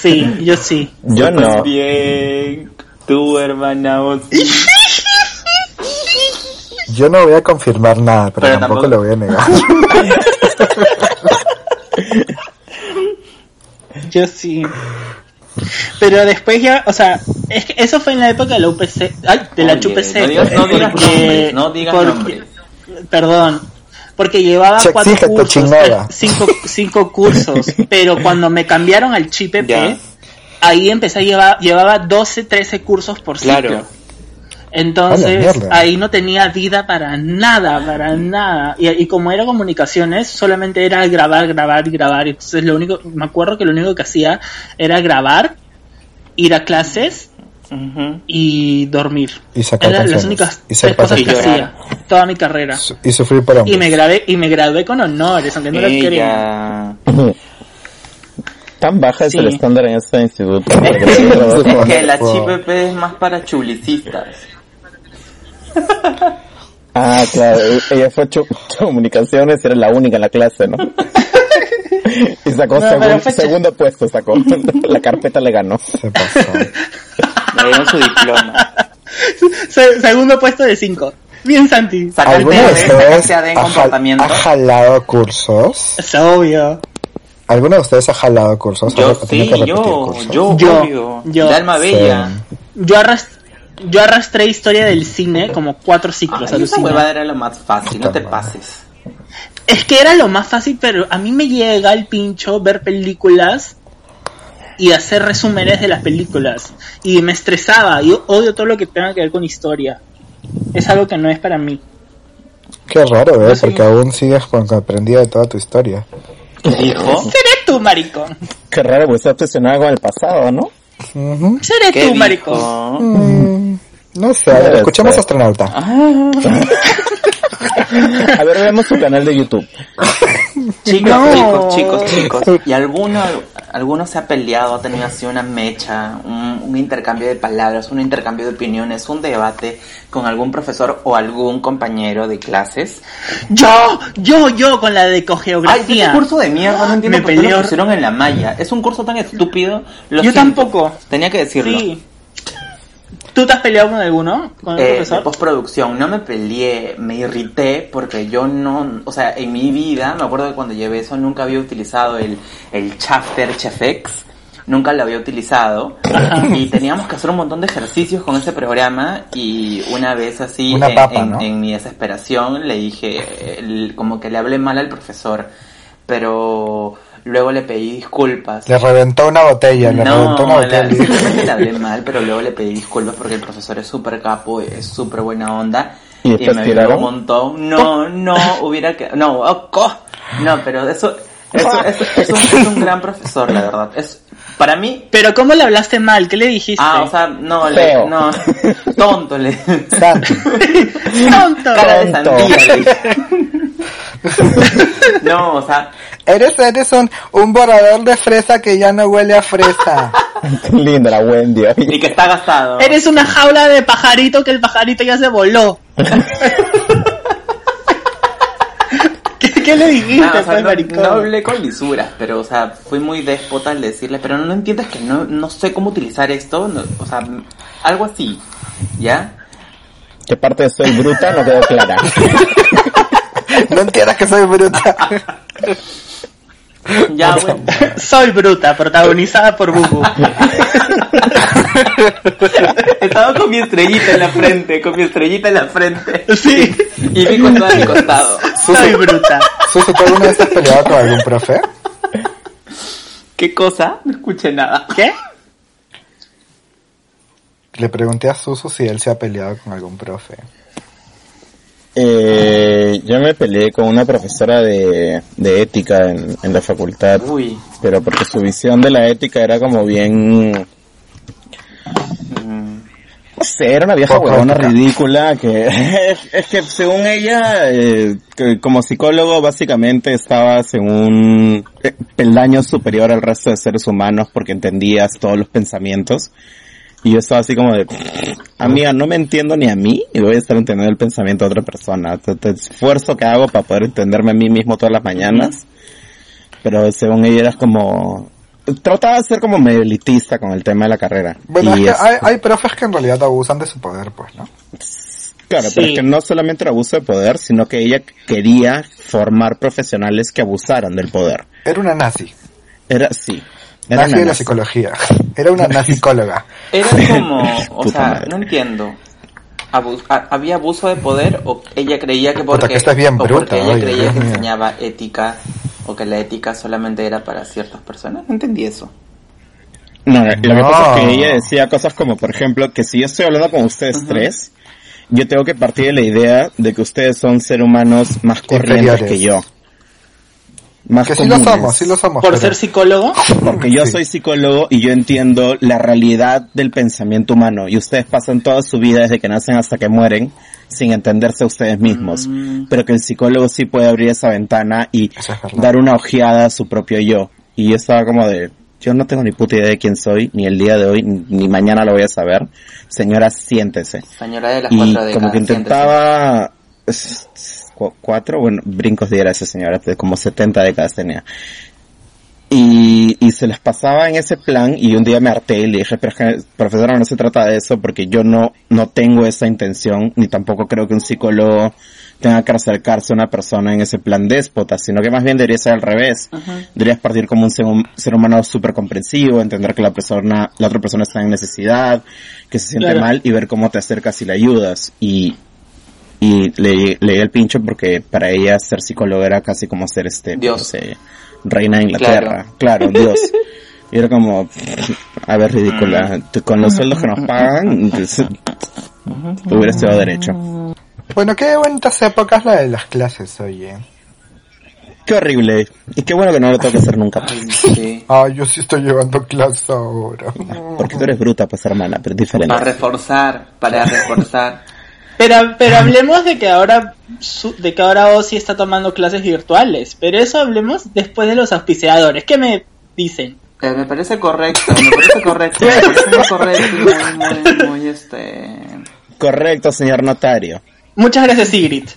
F: Sí, yo sí.
E: Yo
C: Pues
E: no.
H: Bien. Tu hermana Osi.
G: Yo no voy a confirmar nada, pero,
H: Pero
G: tampoco,
H: tampoco-
G: lo voy
C: <laughs>
G: a negar.
F: Yo sí. Pero después ya, o sea, es que eso fue en la época de la UPC, ay, de la
H: Oye,
F: HPC.
H: no digas- no digas
F: porque-
H: nombres, no digas nombres.
F: Perdón. Porque llevaba
G: Se
F: cuatro
G: exige tu
F: cursos,
G: chingada.
F: eh, <laughs> cinco, cinco cursos, pero cuando me cambiaron al chip EP,
H: Ya.
F: ahí empecé a llevar, llevaba 12, 13 cursos por ciclo.
H: Claro.
G: A la
F: Entonces,
G: mierda.
F: ahí no tenía vida para nada, para nada. Y, y como era comunicaciones, solamente era grabar, grabar y grabar. Entonces, lo único, me acuerdo que lo único que hacía era grabar, ir a clases
H: Ujú.
F: y dormir.
G: Y sacar
F: Eran las
G: canciones.
F: únicas
G: Y
F: tres
G: sacar
F: cosas que
G: canciones.
F: hacía toda mi carrera.
G: Su- y sufrí por
H: <laughs>
G: ambos.
F: Y me grabé, y me gradué con honores, aunque no lo quería.
H: Ella.
E: Tan baja es
F: Sí.
E: el estándar en
G: <laughs>
E: este instituto.
C: Es que la
G: Wow.
C: HPP es más para chulicistas.
E: ah, claro, ella fue chu- comunicaciones y era la única en la
G: <laughs>
E: clase, ¿no? Y sacó
F: No, pero
E: segun-
F: fue chu-
E: segundo puesto, sacó. <laughs> La carpeta le ganó.
C: <laughs>
G: Se pasó.
C: Le dieron su diploma.
F: Se- segundo puesto de 5. Bien, Santi.
C: Sacarte
G: ¿Alguno de
C: de
G: ustedes
C: sacarte AD en
G: ha, jal-
C: comportamiento.
G: ha jalado cursos?
F: Es obvio.
G: ¿Alguno de ustedes ha jalado cursos?
C: Yo
G: ¿Ha- ha tenido
C: sí,
G: que repetir
C: yo,
G: cursos?
C: yo,
F: Yo,
C: obvio.
F: yo.
C: De alma
G: Sí.
C: bella.
F: Yo, arras- yo arrastré historia del cine como cuatro ciclos.
C: Ay, Ah, esa
F: alucina.
C: huevada era lo más fácil, no te pases.
F: Es que era lo más fácil, pero a mí me llega el pincho ver películas y hacer resúmenes de las películas. Y me estresaba. Yo odio todo lo que tenga que ver con historia. Es algo que no es para mí.
G: Qué raro, ¿eh? Porque aún sigues con con prendida de toda tu historia.
C: Dijo,
F: Seré tú, maricón.
E: Qué raro, pues está obsesionada con el pasado, ¿no?
G: Ujú.
F: Seré
C: ¿qué
F: tú, maricón.
C: dijo?
G: Mm, No sé, a ver,
E: Puede
G: escuchemos
E: ser.
G: astronauta.
E: A ver, veamos su canal de YouTube.
C: Chicos,
F: No.
C: chicos, chicos, chicos. Y alguno, alguno se ha peleado, ha tenido así una mecha, un, un intercambio de palabras, un intercambio de opiniones, un debate con algún profesor o algún compañero de clases.
F: Yo, yo, yo con la de
C: Ay, ese
F: cogeografía.
C: curso de mierda, no entiendo
F: Me
C: por qué lo
F: peleó.
C: pusieron en la malla. Es un curso tan estúpido. Lo
F: Yo
C: siento.
F: tampoco.
C: Tenía que decirlo.
F: Sí. ¿Tú te has peleado con alguno? ¿Con el
C: Eh, de
F: profesor?
C: postproducción, no me peleé, me irrité porque yo no, o sea, en mi vida, me acuerdo que cuando llevé eso nunca había utilizado el, el chafter chefex, nunca lo había utilizado y teníamos que hacer un montón de ejercicios con ese programa y una vez así,
G: Una
C: en,
G: papa,
C: en-
G: ¿no?
C: en mi desesperación, le dije, eh, el- como que le hablé mal al profesor, pero luego le pedí disculpas
G: Le reventó una botella, le reventó una
C: no, <laughs> la-
G: botella.
C: simplemente le hablé mal, pero luego le pedí disculpas porque el profesor es súper capo, es súper buena onda.
E: ¿Y
C: Y,
E: después
C: me ayudó
E: tiraron?
C: un montón. No, no, hubiera que... No, oh, co- no, pero eso, eso,
E: <laughs>
C: eso- es, un, es un gran profesor, la verdad. Es, para mí...
F: Pero ¿cómo le hablaste mal? ¿Qué le dijiste?
C: Ah, o sea, no, le-
E: Feo. <laughs>
C: no, tonto, le,
E: Santi.
C: <laughs>
F: ¡Tonto!
C: cara de
E: Tonto.
C: sandía. le
E: <laughs>
C: dije. No, o sea,
G: Eres, eres un, un borrador de fresa que ya no huele
C: <laughs>
G: a fresa.
E: Qué <laughs> linda la Wendy.
C: y que está gastado.
F: Eres una jaula de pajarito que el pajarito ya se voló. <laughs> ¿Qué, qué le dijiste,
C: Ah, o sea,
F: pues,
C: no,
F: maricón?
C: no hablé con lisuras, pero, o sea, fui muy déspota al decirle, pero no entiendes que no, no sé cómo utilizar esto, no- o sea, m- algo así, ¿ya?
E: Que parte de soy bruta no quedó clara.
G: No entiendas que
C: <laughs>
G: soy bruta.
C: Ya, bueno.
F: Soy Bruta, protagonizada por Bubu.
C: Estaba con mi estrellita en la frente, con mi estrellita en la frente,
F: <laughs> Sí,
C: y vi con todo a mi costado.
F: soy Bruta.
G: Susu, ¿tú alguna vez te has peleado con algún profe?
C: ¿Qué cosa? No escuché nada.
F: ¿Qué?
G: Le pregunté a Susu si él se ha peleado con algún profe.
E: Eh, yo me peleé con una profesora de, de ética en, en la facultad.
C: Uy,
E: Pero porque su visión de la ética era como bien... No sé, era una vieja
G: Poco
E: huevona
G: ética.
E: ridícula que... <laughs> es, es que según ella, eh, que como psicólogo básicamente estabas en un eh, peldaño superior al resto de seres humanos porque entendías todos los pensamientos. Y yo estaba así como de, amiga, no me entiendo ni a mí y voy a estar entendiendo el pensamiento de otra persona. Todo el esfuerzo que hago para poder entenderme a mí mismo todas las mañanas. Pero según ella eras como, trataba de ser como medio elitista con el tema de la carrera.
G: Bueno,
E: Y
G: es
E: es-
G: que hay, hay profes que en realidad abusan de su poder, pues, ¿no?
E: Claro,
F: Sí.
E: pero es que no solamente era abuso de poder, sino que ella quería formar profesionales que abusaran del poder.
G: Era una nazi.
E: Era, sí. Era
G: Nazi de
E: una
G: la
E: nazi.
G: psicología. <laughs> Era
E: <laughs>
G: una nazicóloga.
C: era como, o
E: Puta
C: sea,
E: madre.
C: no entiendo. Abu- a- ¿Había abuso de poder o ella creía que porque,
G: Puta, que estás bien
C: o porque
G: bruta,
C: ella
G: oye,
C: creía
G: Dios
C: que
G: mío.
C: enseñaba ética o que la ética solamente era para ciertas personas? No entendí eso.
E: No, lo que
G: No.
E: pasa es que ella decía cosas como, por ejemplo, que si yo estoy hablando con ustedes tres, yo tengo que partir de la idea de que ustedes son seres humanos más corrientes
G: Inferiores.
E: que yo. Más
G: Que sí lo
E: comunes.
G: somos, sí lo somos.
F: ¿Por
G: pero-
F: ser psicólogo?
E: Porque yo
G: Sí.
E: soy psicólogo y yo entiendo la realidad del pensamiento humano y ustedes pasan toda su vida desde que nacen hasta que mueren sin entenderse a ustedes mismos. Pero que el psicólogo sí puede abrir esa ventana y
G: Eso es verdad.
E: dar una ojeada a su propio yo. Y yo estaba como de, Yo no tengo ni puta idea de quién soy, ni el día de hoy, ni mañana lo voy a saber. Señora, siéntese.
C: Señora de las
E: y
C: cuatro décadas.
E: como que
C: siéntese.
E: intentaba es- es- cu- cuatro bueno brincos diera esa señora de como 70 décadas tenía y, y se las pasaba en ese plan y un día me harté y le dije "Pero es que, profesora no se trata de eso porque yo no no tengo esa intención ni tampoco creo que un psicólogo tenga que acercarse a una persona en ese plan déspota sino que más bien debería ser al revés deberías partir como un ser, hum- ser humano súper comprensivo entender que la persona la otra persona está en necesidad que se siente
F: Claro.
E: mal y ver cómo te acercas y le ayudas y y le, le di el pincho porque para ella ser psicóloga era casi como ser este
C: Dios.
E: no sé, reina de Inglaterra claro, Dios y era como a ver ridícula tú- con los sueldos que nos pagan pues, hubiera sido derecho
G: Bueno, qué bonitas épocas la de las clases, oye.
E: qué horrible y qué bueno que no lo tengo que hacer nunca pues,
C: Sí.
G: Ah, yo sí estoy llevando clases
F: <laughs>
G: ahora.
E: porque tú eres bruta pues hermana pero es diferente
C: Para reforzar, para reforzar.
F: Pero, pero hablemos de que ahora su- de que ahora Ozzy está tomando clases virtuales. Pero eso hablemos después de los auspiciadores. ¿Qué me dicen?
C: Eh, me parece correcto, me parece correcto, me parece muy correcto, muy, muy, muy, este...
E: correcto señor notario
F: Muchas gracias, Sigrid.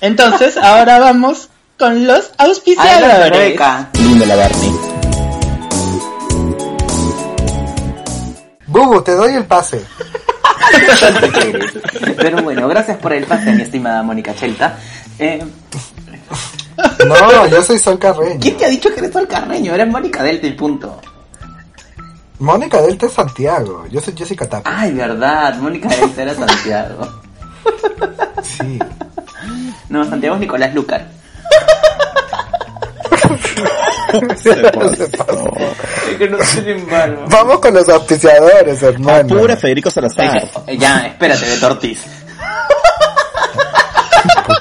F: Entonces, ahora vamos con los
C: Adelante,
F: auspiciadores.
C: Rebeca.
E: lindo la Barney
G: Bubu, te doy el pase.
C: Pero bueno, gracias por el pase, mi estimada Mónica Chelta. Eh,
G: No, yo soy Sol Carreño.
C: ¿Quién te ha dicho que eres el carreño? Eres Mónica Delta y punto.
G: Mónica Delta es Santiago. Yo soy Jessica
F: Ah.
G: Tapia.
C: Ay, verdad, Mónica Delta era Santiago.
G: Sí.
C: No, Santiago es Nicolás Lucar.
E: <laughs>
C: Es que no tienen barba.
G: Vamos con los auspiciadores, hermano.
E: pura Federico Salazar
C: Eh, Ya, espérate, Beto Ortiz.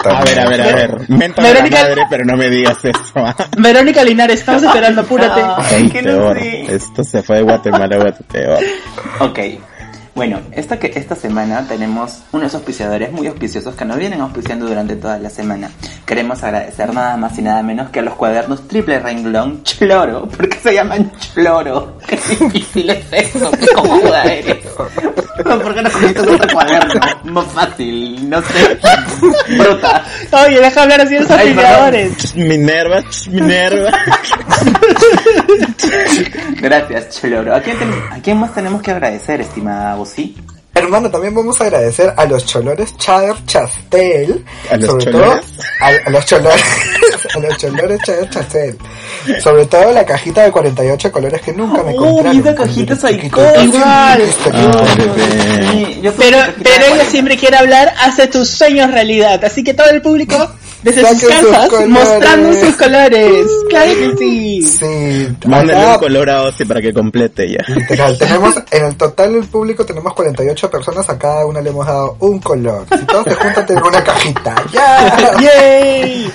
E: a ver a ver a ver méntame la
F: Verónica-
E: madre pero no me digas eso <laughs>
F: Verónica Linares,
G: <laughs>
F: estamos esperando, apúrate.
E: Ay,
C: que no
E: peor.
C: sé.
E: Esto se fue de Guatemala a Guatepeor.
C: Ok. Bueno, esta, que, esta semana tenemos unos auspiciadores muy auspiciosos que nos vienen auspiciando durante toda la semana. Queremos agradecer nada más y nada menos que a los cuadernos triple renglón Chloro, <laughs> porque se llaman Chloro. Qué difícil es eso, qué cojuda eres. No, ¿Por qué no cogiste otro cuaderno? Más fácil, no sé. Bruta.
F: Oye, deja hablar así de los
C: Ay, perdón.
F: auspiciadores.
E: Ch, Minerva, ch, Minerva.
C: Gracias, Chloro. ¿A quién, ten- a quién más tenemos que agradecer, estimada Bosí?
G: Hermano, también vamos a agradecer a los cholores Chader Chastel.
E: ¿A los
G: sobre
E: cholores?
G: todo a, a los cholores. <laughs> a los cholores Chader Chastel. Sobre todo la cajita de 48 colores que nunca me compraron.
C: esa cajita es
F: igual.
E: Ay, Ah, bebé.
C: Sí, yo
F: Eh, Pero,
C: creo que
F: pero
C: quita-
F: ella siempre quiere hablar hacia tus sueños realidad. Así que todo el público desde sus
G: Saquen sus
F: casas
G: colores. Uh.
F: mostrando sus colores. Claro que
G: <laughs>
F: sí.
G: Sí,
E: Mándale
G: acá,
E: un color a Ozzy para que complete ya.
G: literal, tenemos, en el total del público tenemos 48 personas, a cada una le hemos dado un color. Si todos se juntan tenemos una cajita. ¡Ya!
F: ¡Yay!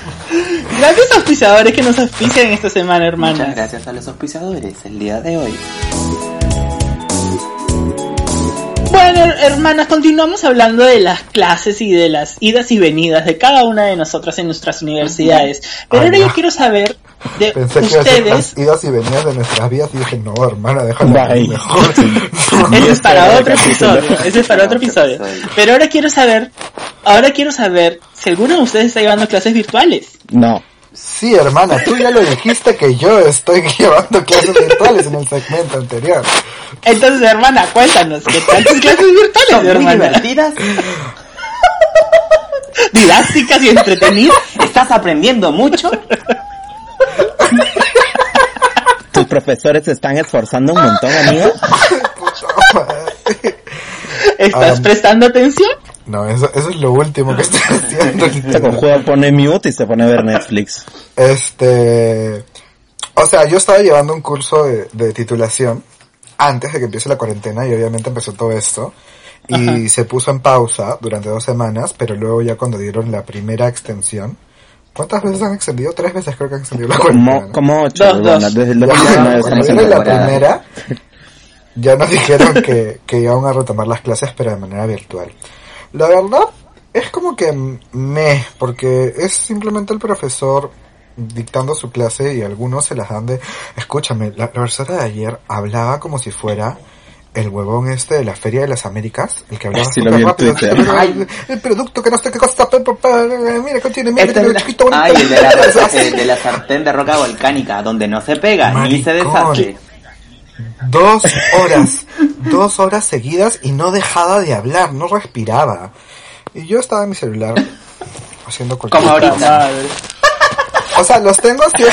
F: Gracias auspiciadores que nos auspician esta semana,
C: Muchas
F: hermanas.
C: gracias a los auspiciadores el día de hoy.
F: Bueno, her- hermanas, continuamos hablando de las clases y de las idas y venidas de cada una de nosotras en nuestras universidades. Pero
G: Ay,
F: ahora
G: no.
F: yo quiero saber de
G: Pensé que iba a ser
F: ustedes
G: las idas y venidas de nuestras vidas y dije, no, hermana, déjalo
E: Bye.
G: mejor.
F: Ese es para
E: Este
F: otro
E: capítulo.
F: episodio. Ese es para otro episodio. Pero ahora quiero saber, ahora quiero saber si alguno de ustedes está llevando clases virtuales.
E: No.
G: Sí, hermana, tú ya lo dijiste que yo estoy <laughs> llevando clases virtuales en el segmento anterior.
F: Entonces, hermana, cuéntanos, ¿qué tal tus clases
C: Son
F: virtuales,
C: muy
F: hermana?
C: divertidas.
F: Didácticas y entretenidas.
C: Estás aprendiendo mucho.
E: Tus profesores se están esforzando un montón, amigo.
F: ¿Estás
G: Ah.
F: prestando atención?
G: No, eso, eso es lo último que estoy <laughs> haciendo.
E: Se conjuga, pone mute y se pone a ver Netflix.
G: Este. O sea, yo estaba llevando un curso de, de titulación antes de que empiece la cuarentena y obviamente empezó todo esto. Y se puso en pausa durante dos semanas, pero luego ya cuando dieron la primera extensión. ¿Cuántas veces han extendido? Tres veces creo que han extendido la cuarentena.
E: Como, como ocho.
F: Dos,
E: huevona.
F: dos.
E: Desde el
G: Ya,
E: 2019
G: cuando
E: estamos en
G: dieron la
C: <laughs>
E: temporada.
G: primera, ya nos dijeron que, que iban a retomar las clases, pero de manera virtual. La verdad, es como que me, porque es simplemente el profesor dictando su clase y algunos se las dan de, escúchame, la, la profesora de ayer hablaba como si fuera el huevón este de la Feria de las Américas, el que hablaba
E: Sí, lo
G: súper
E: vi en
G: rápido,
E: Twitter.
G: el- el, <laughs> el producto que no sé qué cosa, pa, pa, pa, mira que tiene, mira que
C: Esta es
G: tiene,
C: la-
G: chiquito bonito.
C: Ay, el de, la, el de la sartén de roca volcánica, donde no se pega ni se
G: Maricón.
C: deshace.
G: Dos horas, dos horas seguidas y no dejaba de hablar, no respiraba. Y yo estaba en mi celular haciendo cualquier
C: Como
G: cosa.
C: ahorita.
F: Madre.
G: O sea, los tengo así-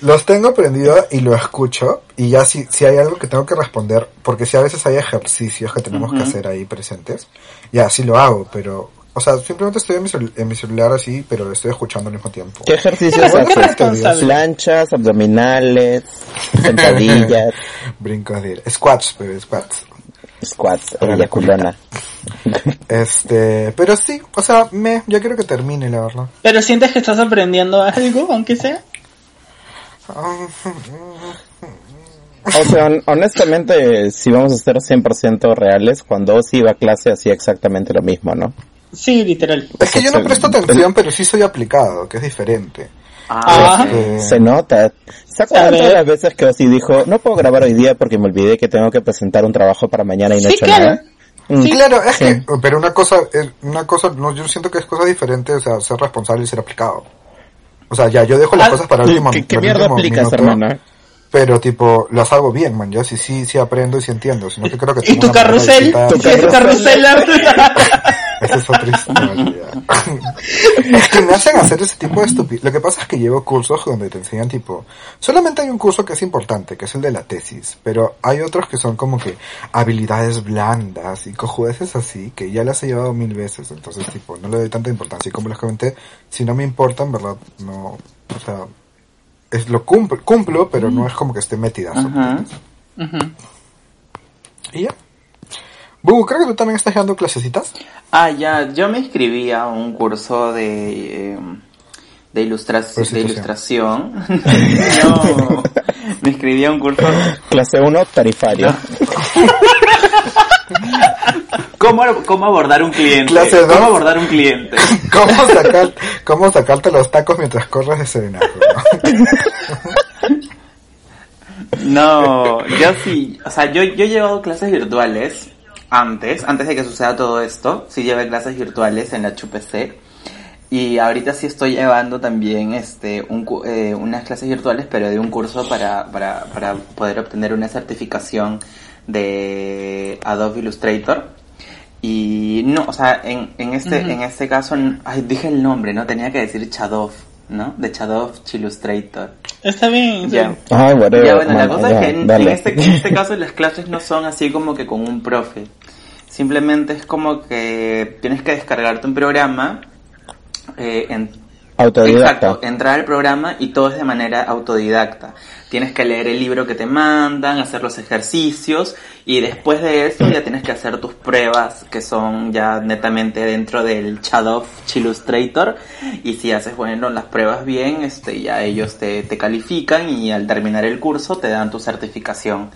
G: los tengo prendido y lo escucho y ya si, si hay algo que tengo que responder, porque si a veces hay ejercicios que tenemos que hacer ahí presentes, ya sí lo hago, pero o sea, simplemente estoy en mi, celu- en mi celular así, pero lo estoy escuchando al mismo tiempo.
E: ¿Qué ejercicios
F: ¿Qué
E: haces?
F: responsable?
E: Planchas, abdominales,
G: <laughs>
E: sentadillas,
G: Brincos de squats, pero squats.
E: squats, para la culona.
G: Este, pero sí, o sea, me yo quiero que termine la verdad.
F: Pero sientes que estás aprendiendo algo, aunque sea.
G: Ah,
E: O sea, hon- honestamente, si vamos a ser 100% reales, cuando Ozzy iba a clase hacía exactamente lo mismo, ¿no?
F: Sí, literal.
G: Es que yo no presto atención, pero sí soy aplicado, que es diferente.
F: Ah.
G: Este,
E: Se nota. ¿Se acuerdan
F: A ver.
E: todas las veces que Ozzy dijo, no puedo grabar hoy día porque me olvidé que tengo que presentar un trabajo para mañana y no he
F: Sí,
E: hecho
F: claro.
E: nada? Mm.
G: Claro, es que, pero una cosa, eh, una cosa, no, yo siento que es cosa diferente, o sea, ser responsable y ser aplicado. O sea, ya, yo dejo las
F: Ah,
G: cosas para el último
E: ¿Qué,
G: para
E: qué
G: el
E: mierda
G: último
E: aplicas,
G: minuto,
E: hermana?
G: Pero tipo, las hago bien, man, yo sí, sí, sí aprendo y sí entiendo, sino que creo que
F: Y
G: tengo
F: tu
G: una manera
F: carrusel,
G: distinta de
F: sí, es tu carrusel.
G: esa es otra historia. <laughs> es que me hacen hacer ese tipo de estupidez. Lo que pasa es que llevo cursos donde te enseñan tipo... Solamente hay un curso que es importante, que es el de la tesis. Pero hay otros que son como que habilidades blandas y cojudeces así, que ya las he llevado mil veces. Entonces, tipo, no le doy tanta importancia. Y como les comenté, si no me importan, ¿verdad? No... O sea... Es, lo cumplo, cumplo, pero no es como que esté metidazo.
C: Ajá.
F: Ujú.
G: Y ya. Bubu, creo que tú también estás dando clasecitas.
C: Ah, ya, yo me inscribí a un curso de, eh, de, ilustra- de ilustración.
G: Prostitución.
C: no, me inscribí a un curso.
E: Clase 1, tarifario.
G: Ah.
C: ¿Cómo, cómo abordar un cliente?
G: Clase dos.
C: ¿Cómo abordar un cliente?
G: <laughs> ¿Cómo, sacar, ¿Cómo sacarte los tacos mientras corres de serenajo?
F: <laughs>
G: no?
C: No, yo sí, o sea, yo, yo he llevado clases virtuales antes, antes de que suceda todo esto, sí llevé clases virtuales en la HPC y ahorita sí estoy llevando también este un, cu- eh, unas clases virtuales, pero de un curso para, para, para poder obtener una certificación de Adobe Illustrator. Y no, o sea, en, en este en este caso, n- ay, dije el nombre, no tenía que decir Chadov, ¿no? De Chadov Illustrator.
F: Está bien. sí.
C: Ya.
E: Ay, whatever.
C: Ya, bueno, la
E: man,
C: cosa es
E: ya,
C: que en,
E: dale.
C: en este, en este caso las clases no son así como que con un profe. Simplemente es como que tienes que descargarte un programa. eh, en-
E: Autodidacta.
C: Exacto, entrar al programa y todo es de manera autodidacta. Tienes que leer el libro que te mandan, hacer los ejercicios y después de eso ya tienes que hacer tus pruebas que son ya netamente dentro del Shadow Illustrator y si haces bueno las pruebas bien, este ya ellos te, te califican y al terminar el curso te dan tu certificación.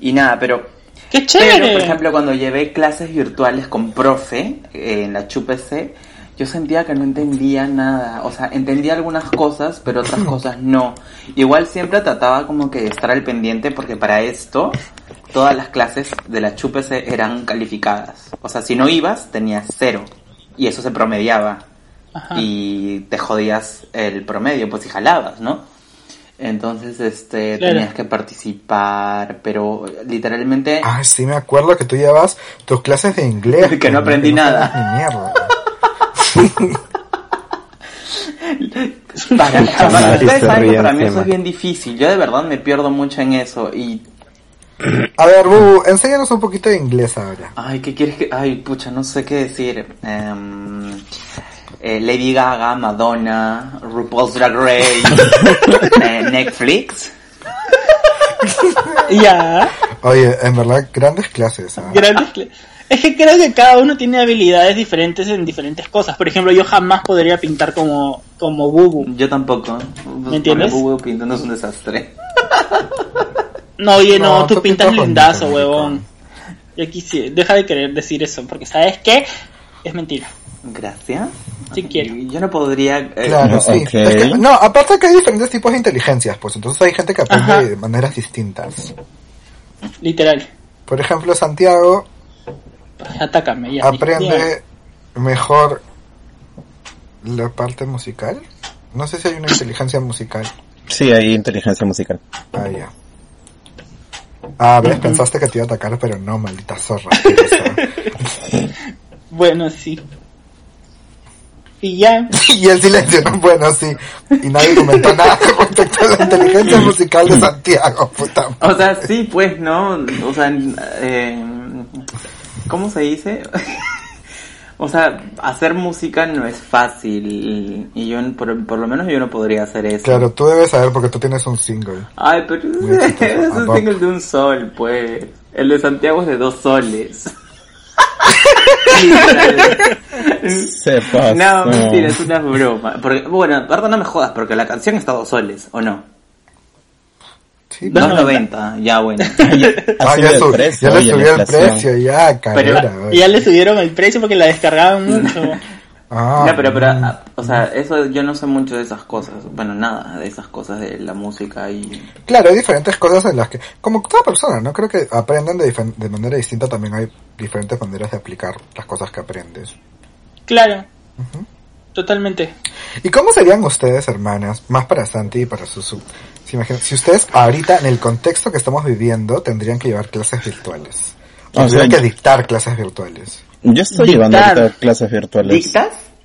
C: Y nada, pero
F: ¡Qué
C: pero, por
F: chévere!
C: ejemplo, cuando llevé clases virtuales con profe eh, en la ChuPC, yo sentía que no entendía nada. O sea, entendía algunas cosas, pero
F: <clears throat>
C: otras cosas no. Igual siempre trataba como que de estar al pendiente porque para esto todas las clases de la ChuPC eran calificadas. O sea, si no ibas, tenías cero. Y eso se promediaba.
F: Ajá.
C: Y te jodías el promedio, pues si jalabas, ¿no? Entonces, este,
F: Claro.
C: tenías que participar, pero literalmente...
G: Ah, sí, me acuerdo que tú llevas tus clases de inglés.
C: Que no
G: pero
C: aprendí nada.
G: sabías Ni mierda.
C: <laughs>
F: <laughs>
C: Para, para- para-
E: madre,
C: ustedes
E: se
C: saben que
E: ríe
C: para mí eso
E: encima.
C: es bien difícil. Yo de verdad me pierdo mucho en eso. Y,
G: A ver, Bubu, enséñanos un poquito de inglés ahora.
C: ay, ¿qué quieres que.? Ay, pucha, no sé qué decir. Em, eh, Lady Gaga, Madonna, RuPaul's Drag
E: <laughs>
C: Race, eh, Netflix.
F: Ya.
G: Oye, en verdad, grandes clases. ¿ah?
F: Grandes cla- Es que creo que cada uno tiene habilidades diferentes en diferentes cosas. Por ejemplo, yo jamás podría pintar como, como Bubu.
C: Yo tampoco.
F: ¿Me entiendes?
C: Google pintando es un desastre.
F: No, oye, no,
G: No,
F: tú,
G: tú pintas
F: pintas
G: bonito,
F: lindazo,
G: marica.
F: huevón. Ya quise- deja de querer decir eso, porque ¿sabes qué? Es mentira.
C: Gracias.
F: Si quiero.
C: Yo no podría... eh,
I: Claro, sí.
E: ok.
I: Es que- no, aparte que hay diferentes tipos de inteligencias, pues entonces hay gente que aprende
F: Ajá.
I: de maneras distintas.
F: Literal.
I: Por ejemplo, Santiago
F: Atácame. Ya. Bien.
I: aprende mejor la parte musical. No sé si hay una inteligencia musical.
E: Sí, hay inteligencia musical.
I: Ah, ya. Ah, ves, pensaste que te iba a atacar, pero no, maldita zorra.
F: Bueno, sí. Y ya.
I: y el silencio, ¿no? bueno, sí. Y nadie comentó nada <laughs> respecto a la inteligencia musical de Santiago, puta madre.
C: O sea, sí, pues, ¿no? O sea, eh, ¿cómo se dice? <laughs> o sea, hacer música no es fácil. Y yo, por, por lo menos, yo no podría hacer eso.
I: Claro, tú debes saber porque tú tienes un single.
C: Ay, pero <laughs>
I: Muy exitoso.
C: es un
I: Ah,
C: single de un sol, pues. El de Santiago es de dos soles.
E: Se
C: <laughs>
E: pasó.
C: no, mentira,
E: <laughs>
C: es una broma. Porque, bueno, perdón, no me jodas, porque la canción está a dos soles, ¿o no?
I: Sí,
F: No,
C: 2.90, ya bueno.
I: Ah, ya,
E: el
I: sub-
E: precio,
I: ya le
E: oye, la
I: subió el
E: inflación.
I: precio, ya, carrera. oye.
F: ya le subieron el precio porque la descargaban mucho.
I: Ah,
C: No, pero, pero, ah, o sea, eso yo no sé mucho de esas cosas. Bueno, nada de esas cosas de la música y.
I: Claro, hay diferentes cosas en las que, como toda persona, ¿no? Creo que aprenden de, difen- de manera distinta, también hay diferentes maneras de aplicar las cosas que aprendes.
F: Claro. Totalmente.
I: ¿Y cómo serían ustedes, hermanas, más para Santi y para Susu? Si, imagina- si ustedes ahorita, en el contexto que estamos viviendo, tendrían que llevar clases
G: Ah,
I: virtuales. O
E: O
I: tendrían
E: sea,
I: que dictar clases virtuales.
E: Yo estoy
F: Dictar.
E: llevando ahorita clases virtuales.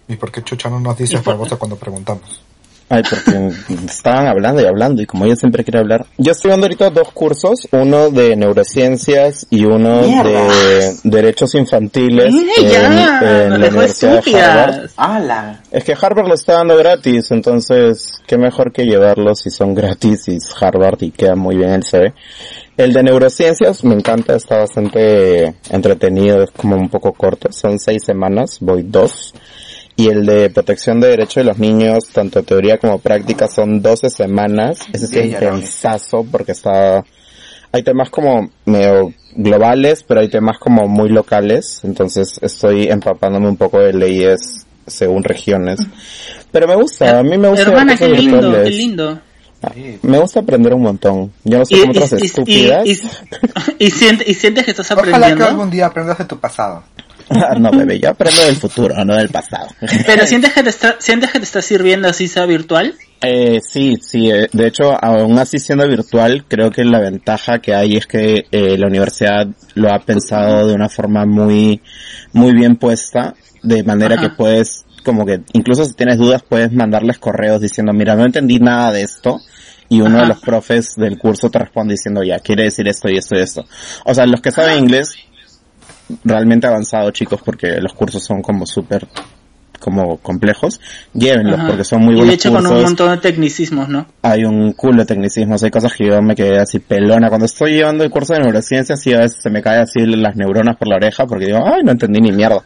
I: ¿Y por qué Chucha no nos dice cosa cuando preguntamos?
E: Ay, porque <laughs> estaban hablando y hablando, y como yo siempre quiero hablar. Yo estoy dando ahorita dos cursos, uno de neurociencias y uno de derechos infantiles en, en eh, la Universidad de Harvard.
C: ¡Hala!
E: Es que Harvard lo está dando gratis, entonces qué mejor que llevarlos si son gratis y es Harvard y queda muy bien el CV. El de neurociencias me encanta, está bastante entretenido, es como un poco corto, son seis semanas, voy dos. Y el de protección de derechos de los niños, tanto teoría como práctica, son 12 semanas. Ese sí es intensazo porque está... Hay temas como medio globales, pero hay temas como muy locales. Entonces estoy empapándome un poco de leyes según regiones. Pero me gusta, a mí me gusta... ver
F: Hermana, qué
E: cosas
F: lindo, qué
E: virtuales.
F: lindo.
E: Me gusta aprender un montón. Yo no soy como otras estúpidas.
F: y- y siente- y sientes que estás
G: Ojalá que
F: aprendiendo.
G: algún día aprendas de tu pasado.
E: Ah, <laughs> no, bebé, yo aprendo del futuro, no del pasado.
G: <laughs>
F: Pero sientes que te está, sientes que te está sirviendo así sea virtual.
E: Eh, sí, sí. eh, De hecho, aún así siendo virtual, creo que la ventaja que hay es que eh, la universidad lo ha pensado de una forma muy, muy bien puesta, de manera
F: Ajá.
E: que puedes, como que, incluso si tienes dudas, puedes mandarles correos diciendo, mira, no entendí nada de esto. Y uno
F: Ajá.
E: de los profes del curso te responde diciendo, ya, quiere decir esto y esto y esto. O sea, los que saben inglés, realmente avanzado, chicos, porque los cursos son como súper, como complejos. Llévenlos,
F: Ajá.
E: porque son muy
F: y
E: buenos
F: de hecho con un
E: cursos
F: montón de tecnicismos, ¿no?
E: hay un culo de tecnicismos, hay cosas que yo me quedé así pelona. Cuando estoy llevando el curso de neurociencias, sí a veces se me caen así las neuronas por la oreja porque digo, ay, no entendí ni mierda.